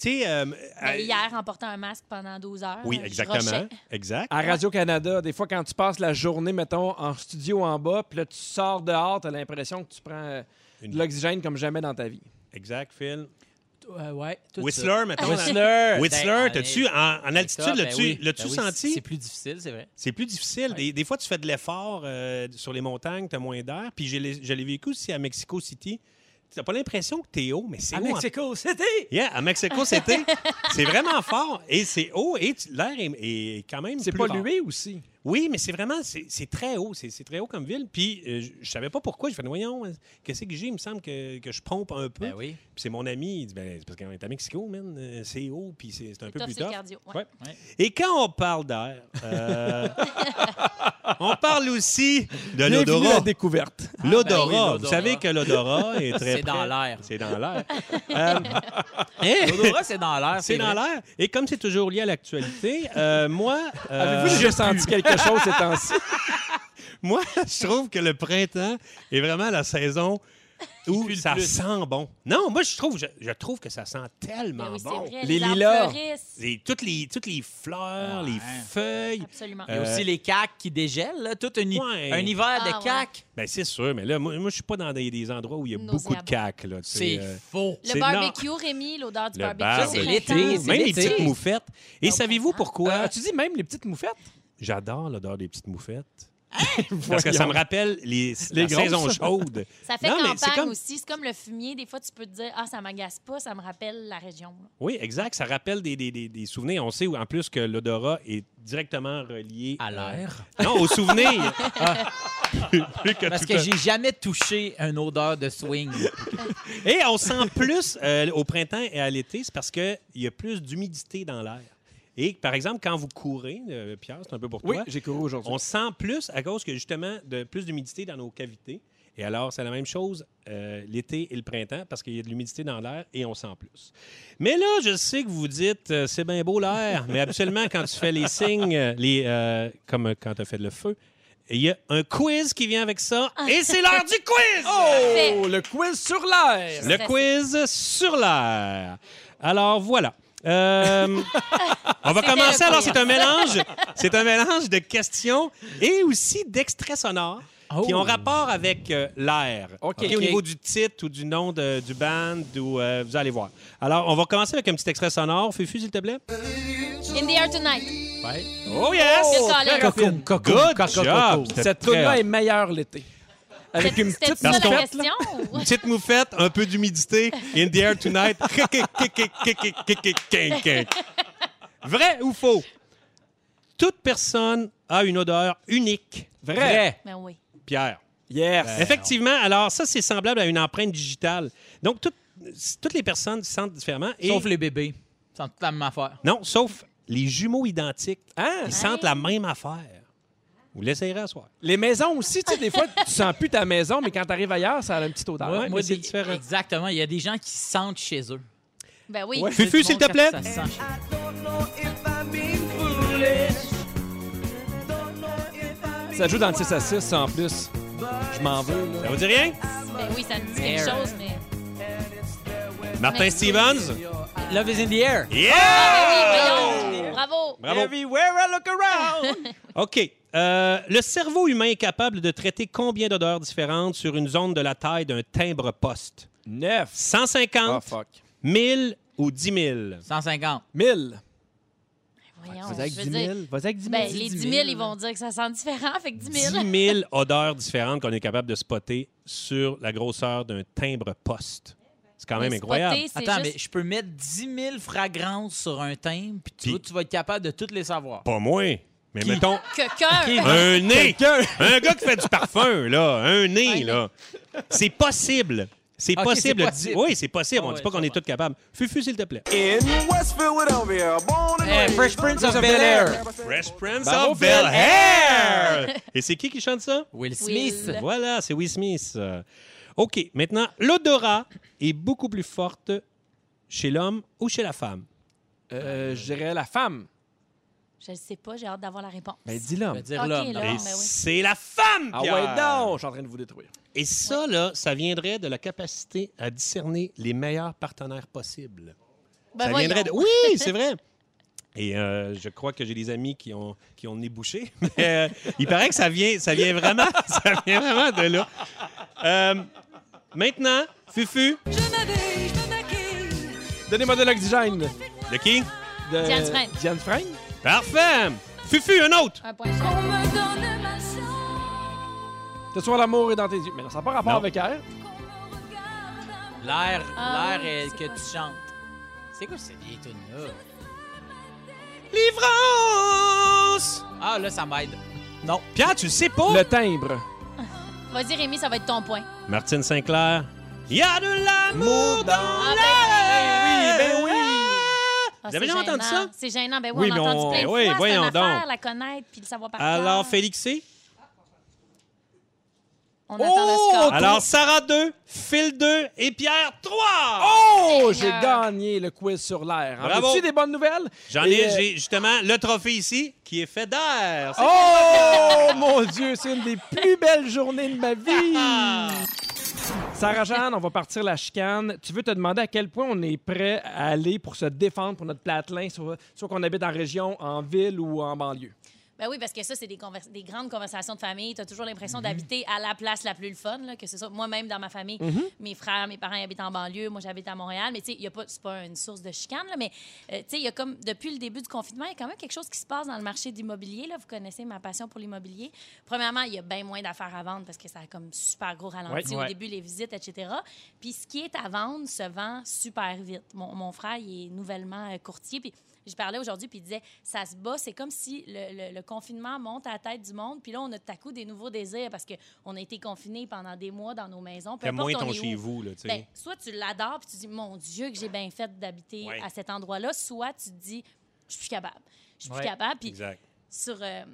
Tu sais, euh, Ben, euh, hier, en portant un masque pendant 12 heures. Oui, je exactement. rushais. Exact. À Ah. Radio-Canada, des fois, quand tu passes la journée, mettons, en studio en bas, puis là, tu sors dehors, t'as l'impression que tu prends euh, Une- de l'oxygène comme jamais dans ta vie. Exact, Phil. Euh, ouais, tout ça. Whistler, mettons. hein. Whistler. Whistler, Ben, t'as-tu, ben, en, en altitude, ben l'as-tu oui, l'as-tu ben oui, senti? C'est plus difficile, c'est vrai. C'est plus difficile. Des, des fois, tu fais de l'effort euh, sur les montagnes, tu as moins d'air. Puis je l'ai je l'ai vécu aussi à Mexico City. T'as pas l'impression que t'es haut, mais c'est Ah, haut. en- c'était. Yeah, à Mexico, c'était. c'est vraiment fort. Et c'est haut et tu- l'air est, est quand même. C'est plus pas rare. lui aussi. Oui, mais c'est vraiment. C'est c'est très haut. C'est c'est très haut comme ville. Puis euh, je- je savais pas pourquoi. Je fais, voyons, euh, qu'est-ce que j'ai? Il me semble que, que je pompe un peu. Ben oui. Puis c'est mon ami, il dit ben, c'est parce qu'on est à Mexico, man, euh, c'est haut, puis c'est c'est un Le peu tough, plus c'est le tough. cardio. ouais. Ouais. Ouais. Et quand on parle d'air, euh, on parle aussi de Bienvenue à la l'odorat. découverte. L'odorat. Ah, ben oui, l'odorat. Vous savez que l'odorat est très. C'est dans près. l'air. C'est dans l'air. Euh, et- L'odorat, Ah, c'est dans l'air. c'est dans vrai. l'air. Et comme c'est toujours lié à l'actualité, euh, moi. euh, Avez-vous déjà senti quelque chose ces temps-ci? Moi, je trouve que le printemps est vraiment la saison où pue le ça plus. sent bon. Non, moi, je trouve, je, je trouve que ça sent tellement Ben oui, c'est bon. vrai. Les Les, lilas. lilas. Les- toutes, les, toutes les fleurs, Ah, les ouais. feuilles. Absolument. Il y a Euh, aussi les cacs qui dégèlent, là. Tout un, hi- Ouais. un hiver Ah, de ouais. cacs. Ben, c'est sûr, mais là, moi, moi, je suis pas dans des, des endroits où il y a beaucoup de Nauséabond. cac. Là, tu sais, C'est euh, faux. c'est le barbecue, Rémi, l'odeur du le barbecue. bar, Ça, c'est au l'été, printemps. c'est Même les l'été. hein? petites moufettes. Et Au savez-vous printemps. pourquoi? Euh, tu dis même les petites moufettes? J'adore l'odeur des petites moufettes. Hein? Parce que ça Voyons. me rappelle les, Les la grosses. saison chaude. Ça fait Non, mais c'est campagne comme- aussi. C'est comme le fumier. Des fois, tu peux te dire Ah, ça m'agace pas, ça me rappelle la région. là. Oui, exact. Ça rappelle des, des- des- des souvenirs. On sait en plus que l'odorat est directement relié À l'air. euh, Non, aux souvenirs. Ah. Plus que Parce tout que un- j'ai jamais touché une odeur de swing. Et on sent plus euh, au printemps et à l'été, c'est parce qu'il y a plus d'humidité dans l'air. Et par exemple, quand vous courez, euh, Pierre, c'est un peu pour Oui, toi, j'ai couru aujourd'hui. on sent plus à cause que justement de plus d'humidité dans nos cavités. Et alors, c'est la même chose euh, l'été et le printemps parce qu'il y a de l'humidité dans l'air et on sent plus. Mais là, je sais que vous dites, euh, c'est bien beau l'air, mais absolument, quand tu fais les signes, euh, les, euh, comme quand tu as fait le feu, il y a un quiz qui vient avec ça et c'est l'heure du quiz! Oh, le quiz sur l'air! Le quiz sur l'air. Alors voilà. Euh, on va C'était le commencer. Alors quiz. c'est un mélange, c'est un mélange de questions et aussi d'extraits sonores Oh. qui ont rapport avec euh, l'air. OK. OK, Au niveau du titre ou du nom de- du band ou euh, vous allez voir. Alors on va commencer avec un petit extrait sonore. Fufu s'il te plaît. In the air tonight. Oh yes. Phil Collins. Très rapide. Cocoon, cocoon, Good cocoon, job. cocoon. C'était Cette très tune-là rapide. est meilleure l'été. Avec une C'était petite ça la moufette, là. question? ou- Une petite moufette, un peu d'humidité, in the air tonight. Vrai ou faux? Toute personne a une odeur unique. Vrai. Ben oui. Pierre. Yes! Effectivement, alors ça, c'est semblable à une empreinte digitale. Donc, tout- toutes les personnes se sentent différemment. et- Sauf les bébés. C'est toute la même affaire. Non, sauf les jumeaux identiques. Hein? Ils sentent la même affaire. Vous l'essayerez à soir. Les maisons aussi, tu sais, des fois, tu sens plus ta maison, mais quand t'arrives ailleurs, ça a un petit odeur. Moi- mais moi, c'est des- différent. Exactement. Il y a des gens qui sentent chez eux. Ben oui. Ouais. Fufu, Du s'il monde, te plaît. ça se sent chez eux. Ça joue dans le 6 à 6, ça, en plus. Je m'en veux. là. Ça vous dit rien? Ben oui, ça me dit quelque Air. chose, mais. Martin Merci. Stevens? Love is in the air. Yeah! Ben oui, voyons. Bravo. Bravo. Everywhere I look around. OK. Euh, le cerveau humain est capable de traiter combien d'odeurs différentes sur une zone de la taille d'un timbre-poste? Neuf. Ah, 150, fuck. 1000 ou 10 000? 150. 1000. Voyons, Vas-y avec Ah, je veux 10 dire, 000. Vas-y avec 10 000. ben, les 10 000, ils vont dire que ça sent différent, fait que 10 000. 10 000 odeurs différentes qu'on est capable de spotter sur la grosseur d'un timbre-poste. C'est quand même Mais incroyable. spotter, c'est Attends, juste- mais je peux mettre 10 000 fragrances sur un thème, puis tu, Puis- vois, tu vas être capable de toutes les savoir. Pas moins, mais mettons Ah, Quelqu'un. un nez. Quelqu'un. Un gars qui fait du parfum, là. Un nez, nez. là. C'est possible. C'est Ok, possible. c'est possible. Oui, c'est possible. Ah On ouais, dit pas qu'on ça est va. tous capables. Fufu, s'il te plaît. In Westfield, Philadelphia, born and Eh, raised. Fresh Prince of of Bel-Air. Fresh Prince Bravo, of Phil. Bel Air. Et c'est qui qui chante ça? Will Smith. Will. Voilà, c'est Will Smith. Euh, OK, maintenant, l'odorat est beaucoup plus forte chez l'homme ou chez la femme. Euh, je dirais la femme. Je ne sais pas, j'ai hâte d'avoir la réponse. Ben, dis Je l'homme. veux dire Ok, l'homme. là. d'abord. Et ben oui. c'est la femme, Ah Pierre. ouais, non, je suis en train de vous détruire. Et ça, là, ça viendrait de la capacité à discerner les meilleurs partenaires possibles. Ben, ça voyons. viendrait de... Oui, c'est vrai. Et euh, je crois que j'ai des amis qui ont, qui ont le nez bouché. Mais, euh, il paraît que ça vient, ça vient, vraiment, ça vient vraiment de là. Euh, maintenant, Fufu, Donnez-moi de l'oxygène. de qui? De- Diane Frein. Diane Frein? Parfait! Fufu, un autre! Un point chaque. Ce soir, l'amour est dans tes yeux. Mais non, ça n'a pas rapport Non. avec elle. L'air, Ah oui, l'air euh, c'est que pas- tu chantes. C'est quoi ces vieilles tunes là Livrance! Ah là, ça m'aide. Non. Pierre, tu le sais pas? Le timbre. Vas-y, Rémi, ça va être ton point. Martine Sinclair. Il y a de l'amour dans Ah, l'air! ben oui, ben oui. Ah, Vous avez c'est jamais entendu gênant. ça? C'est gênant. Ben Oui, oui, on mais l'a on- entendu plein de ben oui, fois. C'est voyons une affaire, donc. la connaître puis le savoir par Ah! Alors, cœur. Félixé. On attend le score. Oh! Alors, Sarah 2, Phil 2 et Pierre 3! Oh, j'ai Seigneur. gagné le quiz sur l'air. En Bravo. As-tu des bonnes nouvelles? J'en Et, ai, euh, j'ai justement le trophée ici qui est fait d'air. C'est- Oh, mon Dieu, c'est une des plus belles journées de ma vie. Sarah-Jeanne, on va partir la chicane. Tu veux te demander à quel point on est prêt à aller pour se défendre pour notre platelin, soit, soit qu'on habite en région, en ville ou en banlieue. Ben oui, parce que ça, c'est des, convers- des grandes conversations de famille. Tu as toujours l'impression Mhm. d'habiter à la place la plus le fun, là, que c'est ça. Moi-même, dans ma famille, Mhm. mes frères, mes parents habitent en banlieue, moi, j'habite à Montréal. Mais tu sais, il y a pas- c'est pas une source de chicane, là, mais euh, tu sais, il y a comme, depuis le début du confinement, il y a quand même quelque chose qui se passe dans le marché de l'immobilier. là. Vous connaissez ma passion pour l'immobilier. Premièrement, il y a bien moins d'affaires à vendre parce que ça a comme super gros ralenti Ouais. au Ouais. début, les visites, etc. Puis ce qui est à vendre se vend super vite. Mon, mon frère, il est nouvellement euh, courtier. Puis je parlais aujourd'hui, puis il disait, ça se bat. C'est comme si le, le- le confinement monte à la tête du monde. Puis là, on a tout à coup des nouveaux désirs parce qu'on a été confinés pendant des mois dans nos maisons. Peu T'aimes importe moins on ton est où. chez vous, là, tu sais. Ben, soit tu l'adores puis tu dis mon Dieu que j'ai bien fait d'habiter Ouais. à cet endroit-là, soit tu te dis je suis plus capable, je suis Ouais, plus capable. Puis exact. sur euh,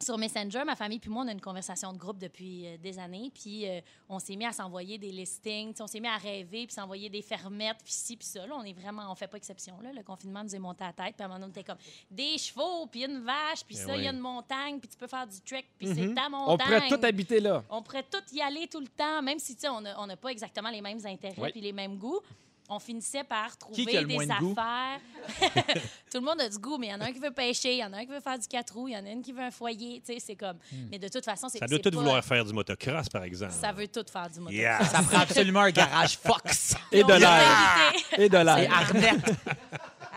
sur Messenger, ma famille puis moi, on a une conversation de groupe depuis euh, des années. Puis euh, on s'est mis à s'envoyer des listings, tu sais, on s'est mis à rêver, puis s'envoyer des fermettes, puis ci, puis ça. Là, on est vraiment, on fait pas exception. Là. Le confinement nous est monté à la tête. Puis à un moment donné, on était comme des chevaux, puis une vache, puis Ben ça, il y ouais. a une montagne, puis tu peux faire du trek, puis c'est ta montagne. Eh Mm-hmm. On pourrait tout habiter là. On pourrait tout y aller tout le temps, même si tu sais, on n'a on n'a pas exactement les mêmes intérêts Oui. puis les mêmes goûts. On finissait par trouver qui a le des moins de goût? affaires. tout le monde a du goût, mais il y en a un qui veut pêcher, il y en a un qui veut faire du quatre roues, il y en a une qui veut un foyer. Tu sais, c'est comme. Hmm. Mais de toute façon, c'est Ça doit c'est tout pas- vouloir faire du motocross, par exemple. Ça veut tout faire du moto. Yeah. Ça prend absolument un garage Fox. Et de Donc, l'air. vérité. Et de Et l'air. Arnett.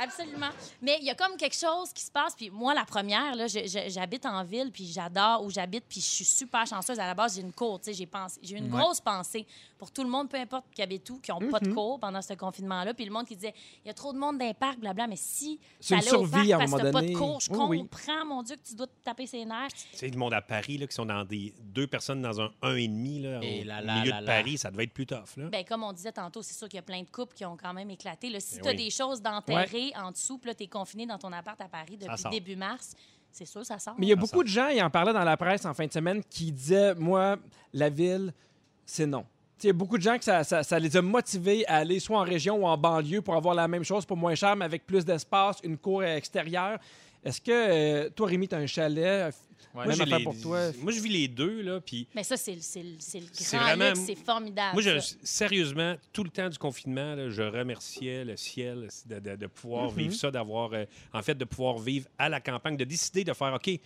Absolument. Mais il y a comme quelque chose qui se passe. Puis moi, la première, là, je- je- j'habite en ville, puis j'adore où j'habite, puis je suis super chanceuse. À la base, j'ai une cour, tu sais, j'ai pensé- j'ai eu une grosse pensée pour tout le monde, peu importe qui habite où, qui n'ont pas Mhm. de cour pendant ce confinement-là. Puis le monde qui disait, il y a trop de monde dans les parcs, blabla, mais si C'est une t'allais au parc survie, à un parce que moment t'as pas de donné. cours, je Oui, comprends, oui. mon Dieu, que tu dois te taper ses nerfs. Tu sais, le monde à Paris, là, qui sont dans des deux personnes dans un 1,5, là, Et au là, là, milieu là, de là. Paris, ça devait être plus tough, là. Ben, comme on disait tantôt, c'est sûr qu'il y a plein de couples qui ont quand même éclaté. Là, si Ben tu as oui. des choses d'enterrer, gelée en dessous. Puis là, t'es confiné dans ton appart à Paris depuis sort. début mars. C'est sûr, ça sort. Mais il y a Ah, Ça beaucoup de gens, ils en parlaient dans la presse en fin de semaine, qui disaient Moi, la ville, c'est non. Tu sais, Il y a beaucoup de gens que ça, ça- ça les a motivés à aller soit en région ou en banlieue pour avoir la même chose pour moins cher, mais avec plus d'espace, une cour extérieure. Est-ce que euh, toi, Rémi, tu as un chalet Ouais, Même j'ai affaire les- pour toi. Moi, je vis les deux, là, puis Mais ça, c'est le, c'est le- c'est le C'est grand vraiment- luxe. C'est formidable. Moi, je- ça. sérieusement, tout le temps du confinement, là, je remerciais le ciel de, de- de Mm-hmm. pouvoir vivre ça, d'avoir, euh, en fait, de pouvoir vivre à la campagne, de décider de faire, OK, plus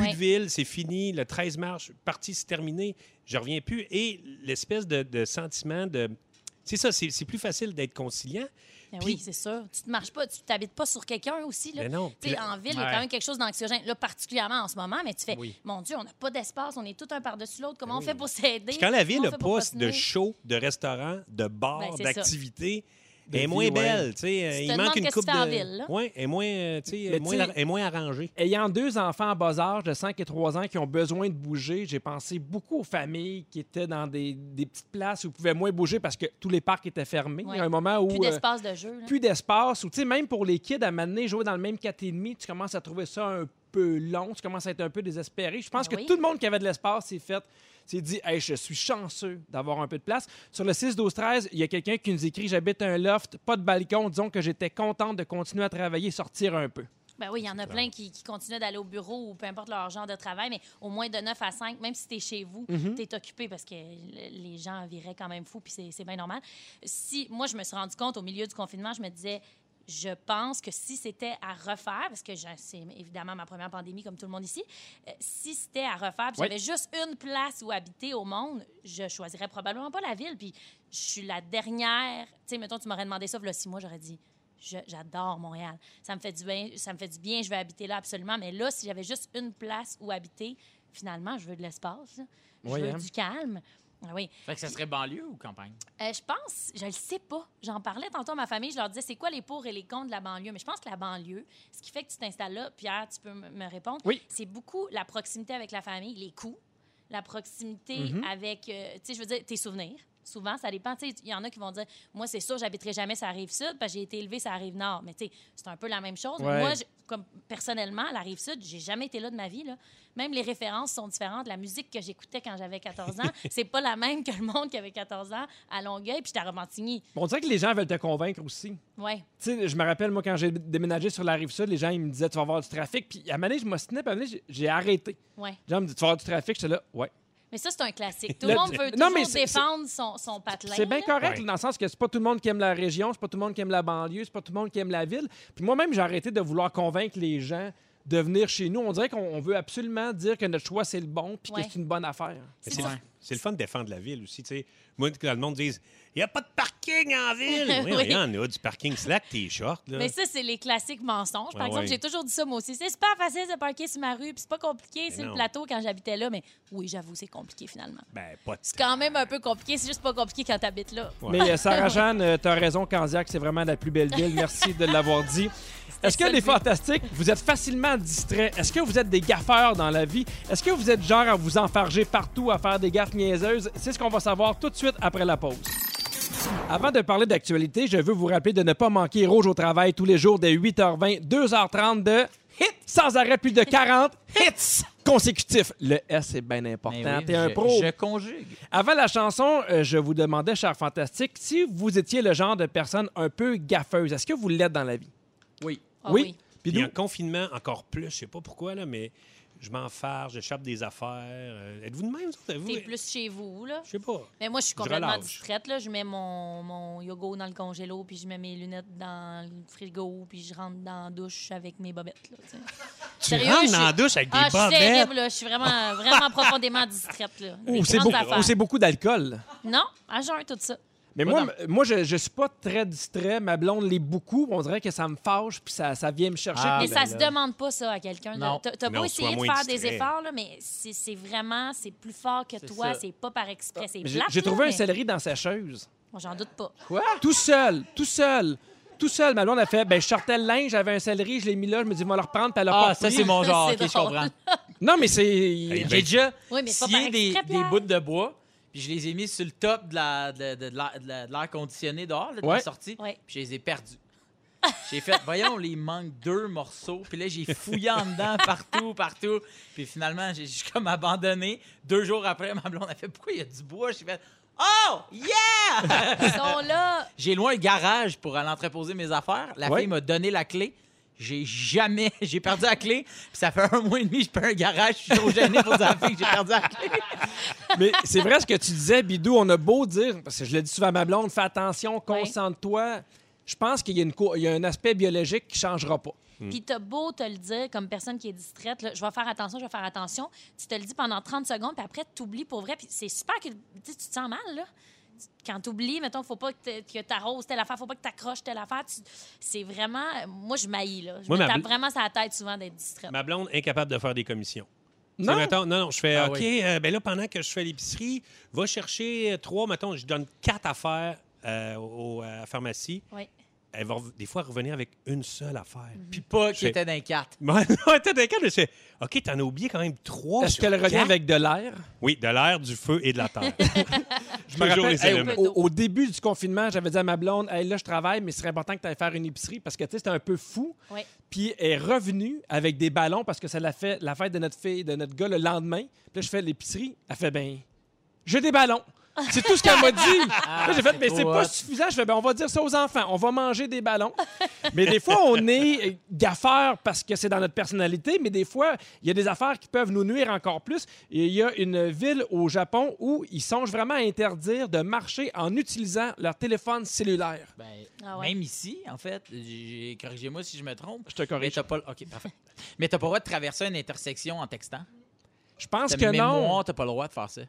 Ouais. de ville, c'est fini, le 13 mars, parti, c'est terminé, je reviens plus. Et l'espèce de, de sentiment de... C'est ça, c'est c'est plus facile d'être conciliant. Ben Puis- oui, c'est sûr. Tu te marches pas, tu t'habites pas sur quelqu'un aussi. Là. Mais non, Tu puis sais, la- en ville, il y a Ouais. quand même quelque chose d'anxiogène. Là, particulièrement en ce moment, mais tu fais, Oui. mon Dieu, on n'a pas d'espace, on est tout un par-dessus l'autre. Comment Ben on oui. fait pour s'aider? Puis quand la ville Comment on n'a fait pour pas se de tenir? show, de restaurant, de bar, Ben, c'est ça. d'activité, De elle est vie, moins ouais. belle. tu sais, euh, Tu il te manque demandes une qu'est-ce que coupe tu fais en de... ville, là. ouais, elle est moins, euh, tu sais, elle Mais est moins, tu sais- elle est moins arrangée. Ayant deux enfants en bas âge de 5 et 3 ans qui ont besoin de bouger, j'ai pensé beaucoup aux familles qui étaient dans des, des petites places où ils pouvaient moins bouger parce que tous les parcs étaient fermés. Ouais. Il y a un moment où. Plus euh, d'espace de jeu. là. plus d'espace. Ou tu sais, même pour les kids, à m'amener jouer dans le même 4,5, tu commences à trouver ça un peu long, tu commences à être un peu désespéré. Je pense Ah que oui. tout le monde qui avait de l'espace s'est fait. s'est dit, hey, je suis chanceux d'avoir un peu de place. Sur le 6, 12, 13, il y a quelqu'un qui nous écrit J'habite un loft, pas de balcon. Disons que j'étais contente de continuer à travailler, sortir un peu. Ben oui, il y en a plein qui, qui continuent d'aller au bureau ou peu importe leur genre de travail, mais au moins de 9 à 5, même si tu es chez vous, tu es occupé parce que le- les gens viraient quand même fou, puis c'est- c'est bien normal. Si Moi, je me suis rendu compte au milieu du confinement, je me disais, je pense que si c'était à refaire, parce que j'ai- c'est évidemment ma première pandémie comme tout le monde ici, euh, si c'était à refaire, puis Oui. j'avais juste une place où habiter au monde, je choisirais probablement pas la ville. Puis je suis la dernière. Tu sais, mettons, tu m'aurais demandé ça, voilà six mois, j'aurais dit. je- J'adore Montréal. Ça me, fait du bien, ça me fait du bien, je vais habiter là absolument. Mais là, si j'avais juste une place où habiter, finalement, je veux de l'espace. là. Je Oui, veux hein? du calme. Ah oui. Fait que ça serait banlieue ou campagne? Euh, je pense, je le sais pas. J'en parlais tantôt à ma famille, je leur disais c'est quoi les pour et les contre de la banlieue. Mais je pense que la banlieue, ce qui fait que tu t'installes là, Pierre, tu peux m- me répondre, Oui. c'est beaucoup la proximité avec la famille, les coûts, la proximité Mhm. avec, euh, tu sais, je veux dire, tes souvenirs. Souvent, ça dépend. Tu sais, Il y en a qui vont dire Moi, c'est sûr, j'habiterai jamais sur la rive sud parce que j'ai été élevée sur la rive nord. Mais tu sais, c'est un peu la même chose. Ouais. Moi, je- comme personnellement, la rive sud, j'ai jamais été là de ma vie. Là. Même les références sont différentes. La musique que j'écoutais quand j'avais 14 ans, c'est pas la même que le monde qui avait 14 ans à Longueuil, puis j'étais à Repentigny. On dirait que les gens veulent te convaincre aussi. Ouais. Tu sais, je me rappelle, moi, quand j'ai déménagé sur la rive sud, les gens, ils me disaient, tu vas avoir du trafic. Puis à un moment donné, je m'ostinais, puis à un moment donné, j'ai j'ai arrêté. Ouais. Les gens me disaient, tu vas avoir du trafic. J'étais là, ouais. Mais ça, c'est un classique. Tout Le- le monde veut Non, toujours mais c'est- défendre son, son patelin. C'est bien là. correct, Ouais. dans le sens que c'est pas tout le monde qui aime la région, c'est pas tout le monde qui aime la banlieue, c'est pas tout le monde qui aime la ville. Puis moi-même, j'ai arrêté de vouloir convaincre les gens de venir chez nous. On dirait qu'on on veut absolument dire que notre choix, c'est le bon, puis Ouais. que c'est une bonne affaire. C'est C'est ça. Ouais. c'est le fun de défendre la ville aussi. tu sais. Moi, quand le monde dise il n'y a pas de parking en ville. Oui, Oui. Il y en a du parking slack, t'es short. Là. Mais ça, c'est les classiques mensonges. Par Ah exemple, ouais. j'ai toujours dit ça moi aussi. C'est super facile de parquer sur ma rue, puis c'est pas compliqué sur le non. plateau quand j'habitais là. Mais oui, j'avoue, c'est compliqué finalement. Ben, pas de C'est quand même un peu compliqué. C'est juste pas compliqué quand t'habites là. Ouais. Mais euh, Sarah-Jeanne, euh, t'as raison, Candiac, c'est vraiment la plus belle ville. Merci de l'avoir dit. Est-ce ça que le les but. fantastiques, vous êtes facilement distraits? Est-ce que vous êtes des gaffeurs dans la vie? Est-ce que vous êtes genre à vous enfarger partout, à faire des gaffes niaiseuses? C'est ce qu'on va savoir tout de suite après la pause. Avant de parler d'actualité, je veux vous rappeler de ne pas manquer Rouge au travail tous les jours dès 8h20, 2h30 de hits, sans arrêt plus de 40 hits consécutifs. Le S est bien important. Mais Ben oui, Ben, T'es un je- pro. Je conjugue. Avant la chanson, euh, je vous demandais, cher Fantastique, si vous étiez le genre de personne un peu gaffeuse, est-ce que vous l'êtes dans la vie? Oui. Ah Puis Puis nous, en confinement, encore plus, je sais pas pourquoi, là, mais je m'enfarge, j'échappe des affaires. Euh, Êtes-vous de même, vous? autres? Vous- T'es plus chez vous, là. Je sais pas. Mais moi, je suis complètement relâche. distraite. Là. Je mets mon, mon yogourt dans le congélo, puis je mets mes lunettes dans le frigo, puis je rentre dans la douche avec mes bobettes. Là, tu sais. Tu Sérieux, rentres je dans suis- la douche avec des Ah, je suis bobettes. terrible, là. Je suis vraiment, vraiment profondément distraite, là. Oh, Des ou c'est grandes beaucoup, affaires. ou c'est beaucoup d'alcool. Non, à jeun, tout ça. Mais Pas moi, dans- m- moi, je, je suis pas très distrait. Ma blonde l'est beaucoup. On dirait que ça me fâche, puis ça, ça vient me chercher. Ah, mais ben ça là. se demande pas, ça, à quelqu'un. Non. Là, T'as t'as Non, beau essayer de sois faire moins des distrait. efforts, là, mais c'est c'est vraiment, c'est plus fort que C'est toi. ça. C'est pas par exprès, c'est J'ai plate, j'ai là, trouvé un mais- céleri dans sa sécheuse. Bon, J'en doute pas. Quoi? Tout seul, tout seul. Tout seul, ma blonde a fait, ben, je sortais le linge, j'avais un céleri, je l'ai mis là, je me dis, on va le reprendre, puis elle a Ah, pas ça, repris. c'est mon genre. C'est OK, je drôle. comprends. Non, mais c'est... ben, J'ai déjà Oui, mais c'est pas scié par des, exprès, des Pierre. bouts de bois, puis je les ai mis sur le top de l'air la, de, de, la- de la- de l'air conditionné dehors, là, de Ouais. la sortie, Ouais. puis je les ai perdus. J'ai fait, voyons, il manque deux morceaux. Puis là, j'ai fouillé en dedans, partout, partout. Puis finalement, j'ai j'ai comme abandonné. Deux jours après, ma blonde a fait, pourquoi il y a du bois? J'ai fait, oh, yeah! Ils sont là. J'ai loin un garage pour aller entreposer mes affaires. La Ouais. fille m'a donné la clé. J'ai jamais, j'ai perdu la clé. Puis ça fait un mois et demi, que je paie un garage. Je suis trop gêné pour dire à la fille que j'ai perdu la clé. Mais c'est vrai ce que tu disais, Bidou. On a beau dire, parce que je l'ai dit souvent à ma blonde, fais attention, concentre-toi. Je pense qu'il y, a une co- il y a un aspect biologique qui ne changera pas. Puis t'as beau te le dire comme personne qui est distraite, là, je vais faire attention, je vais faire attention. Tu te le dis pendant 30 secondes, puis après, t'oublies pour vrai. Puis c'est super que tu sais, tu te sens mal, là. Quand t'oublies, mettons, faut pas que t'a- que t'arroses telle affaire, faut pas que t'accroches telle affaire. Tu- C'est vraiment... Moi, je maillis, là. Je Moi, me ma tape bl- vraiment sur la tête souvent d'être distraite. Ma blonde, incapable de faire des commissions. Non. Non. Mettons, non, non, je fais, Ah OK, oui. euh, ben là, pendant que je fais l'épicerie, va chercher euh, trois, mettons, je donne quatre affaires euh, au- à la pharmacie. Oui. Elle va rev- des fois revenir avec une seule affaire. Puis, Puis pas J'ai- qu'il était dans les cartes. moi, non, attends, d'accord, je fais, OK, t'en as oublié quand même trois. Est-ce sur qu'elle revient quatre. avec de l'air? Oui, de l'air, du feu et de la terre. je me Toujours rappelle, les hey, éléments. au, au début du confinement, j'avais dit à ma blonde, hey, là, je travaille, mais ce serait important que tu ailles faire une épicerie parce que tu sais, c'était un peu fou. Ouais. Puis elle est revenue avec des ballons parce que ça l'a fait la fête de notre fille, de notre gars le lendemain. Puis là, je fais l'épicerie. Elle fait, ben, j'ai des ballons. C'est tout ce qu'elle m'a dit. Là, j'ai fait, mais c'est trop pas hot. suffisant. Je fais, ben, on va dire ça aux enfants. On va manger des ballons. mais des fois, on est euh, gaffeur parce que c'est dans notre personnalité, mais des fois, il y a des affaires qui peuvent nous nuire encore plus. Et il y a une ville au Japon où ils songent vraiment à interdire de marcher en utilisant leur téléphone cellulaire. Ben, Ah ouais. Même ici, en fait, j'ai- corrigez-moi si je me trompe. Je te Mais corrige. t'as pas, le- ok, parfait. Mais t'as pas le droit de traverser une intersection en textant. Je pense T'as que non. mémoire, t'as pas le droit de faire ça.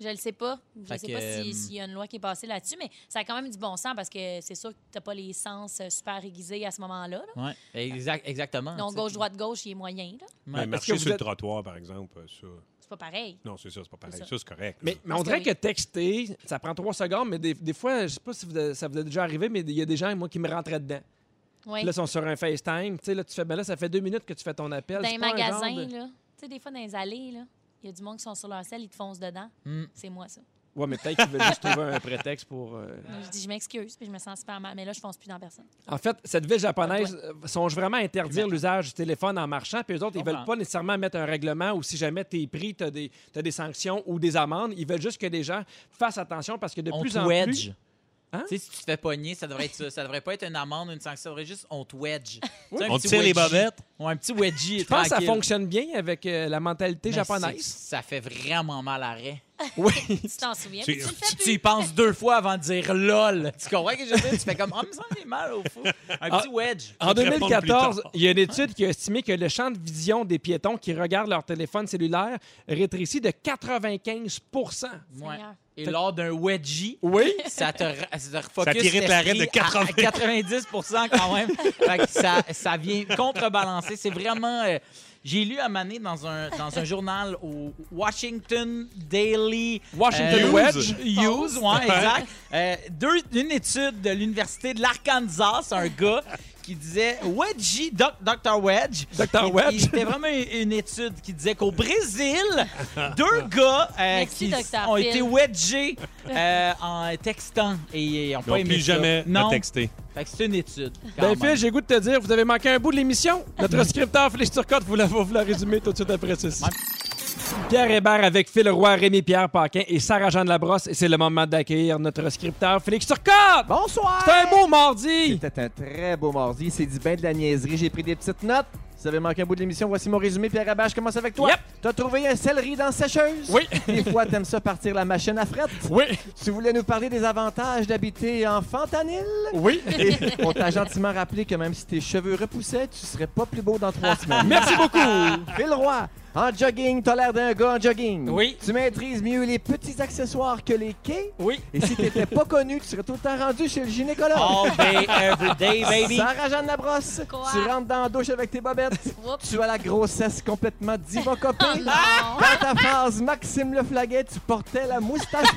Je le sais pas. Je Fait sais que, pas si- euh, s'il y a une loi qui est passée là-dessus, mais ça a quand même du bon sens parce que c'est sûr que t'as pas les sens euh, super aiguisés à ce moment-là. là. Ouais, exact, exactement. Donc, tu sais. gauche-droite-gauche, il est moyen, là. Mais Ouais. marcher que vous sur le êtes- trottoir, par exemple, euh, ça. C'est pas pareil. Non, c'est ça, c'est pas pareil. C'est Ça, ça. c'est correct. Mais, mais on Parce que dirait que oui. texter, ça prend trois secondes, mais des, des fois, je sais pas si vous avez- ça vous est déjà arrivé, mais il y a des gens, moi, qui me rentraient dedans. Oui. Là, ils sont sur un FaceTime. Tu sais, là, tu fais, ben là, ça fait deux minutes que tu fais ton appel. Dans C'est les pas un genre magasins, de- là. Tu sais, des fois, dans les allées, là, il y a du monde qui sont sur leur selle, ils te foncent dedans. Hmm. Mm. C'est moi, ça. Ouais, mais peut-être qu'ils veulent juste trouver un prétexte pour. euh, Donc, je dis, je m'excuse, puis je me sens super mal. Mais là, je fonce plus dans personne. En fait, cette ville japonaise euh, songe vraiment à interdire l'usage du téléphone en marchant, puis eux autres, ils comprends. veulent pas nécessairement mettre un règlement où si jamais t'es pris, t'as des, t'as des sanctions ou des amendes. Ils veulent juste que les gens fassent attention parce que de on plus te en wedge. Hein? Tu sais, si tu te fais pogner, ça devrait être ça. Ça devrait pas être une amende, une sanction. Ça devrait juste on te wedge. Tu sais, un On petit tire les wedgie. bobettes. Ouais, un petit wedgie. plus. Je pense que ça fonctionne bien avec euh, la mentalité japonaise. Ça fait vraiment mal à rien. Oui. Tu t'en souviens? Tu- puis Tu le Tu, fais tu plus. y penses deux fois avant de dire lol. Tu comprends ce que je veux dire? Tu fais comme, oh, me semble que j'ai mal au fou. Un petit wedge. En te répondre 2014, plus tard. il y a une étude qui a estimé que le champ de vision des piétons qui regardent leur téléphone cellulaire rétrécit de 95 Ouais. Seigneur. Et lors d'un wedgie, Oui. ça te, ra- ça te refocus Ça t'irrite la raide de l'esprit à- à 90 quand même. Fait que ça, ça vient contrebalancer. C'est vraiment... euh, j'ai lu à Mané dans un, dans un journal au Washington Daily Washington euh, Wedge. Use, ouais, exact. Euh, deux, une étude de l'Université de l'Arkansas, un gars qui disait Wedgie, doc- Dr. Wedge. Dr. Et- Wedge. et C'était vraiment une, une étude qui disait qu'au Brésil, deux gars euh, Merci, qui s- Dr. ont Phil. été wedgés euh, en textant et euh, ils ont pas Non, aimé plus ça. jamais non. me texter. Fait que c'est une étude. quand Ben même. Phil, j'ai goût de te dire, vous avez manqué un bout de l'émission. Notre scripteur Félix Turcotte vous la, vous la résumer tout de suite après ceci. Pierre Hébert avec Phil Roy, Rémi-Pierre Paquin et Sarah-Jeanne Labrosse. Et c'est le moment d'accueillir notre scripteur Félix Turcotte. Bonsoir! C'est un beau mardi. C'était un très beau mardi. C'est du bain de la niaiserie. J'ai pris des petites notes. Si vous avez manqué un bout de l'émission, voici mon résumé. Pierre Rabach, je commence avec toi. Yep. T'as trouvé un céleri dans la sécheuse? Oui. Des fois, t'aimes ça partir la machine à fret. Oui, Tu voulais nous parler des avantages d'habiter en Fantanil? oui. Et on t'a gentiment rappelé que même si tes cheveux repoussaient, tu serais pas plus beau dans trois semaines. Ah. Merci beaucoup. Phil Roy, en jogging, t'as l'air d'un gars en jogging. Oui. Tu maîtrises mieux les petits accessoires que les quais. Oui. Et si t'étais pas connu, tu serais tout le temps rendu chez le gynécologue. Ah. Oh, All day, every day, baby. Sarah-Jeanne Labrosse, Quoi? tu rentres dans la douche avec tes bobettes. Oups. tu as la grossesse complètement divocopée. Oh non. Dans ta phase Maxime Le Flaguet, tu portais la moustache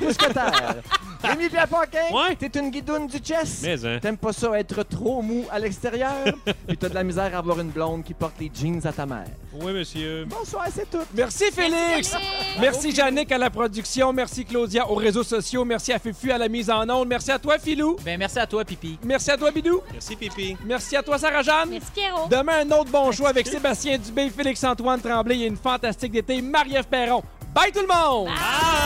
mousquetaire. Rémi Pierre Paquin, Ouais. t'es une guidoune du chess. Mais, hein. T'aimes pas ça être trop mou à l'extérieur. Puis t'as de la misère à avoir une blonde qui porte les jeans à ta mère. Oui, monsieur. Bonsoir c'est tout. Merci Félix! Merci Yannick à la production, merci Claudia aux réseaux sociaux, merci à Fufu à la mise en onde, merci à toi Filou, Ben, merci à toi, Pipi. merci à toi Bidou, Merci, Pipi. merci à toi Sarah-Jeanne. Merci, Pierrot. Demain, un autre bon choix avec Sébastien Dubé, Félix-Antoine Tremblay et une fantastique d'été, Marie-Ève Perron. Bye tout le monde! Ah!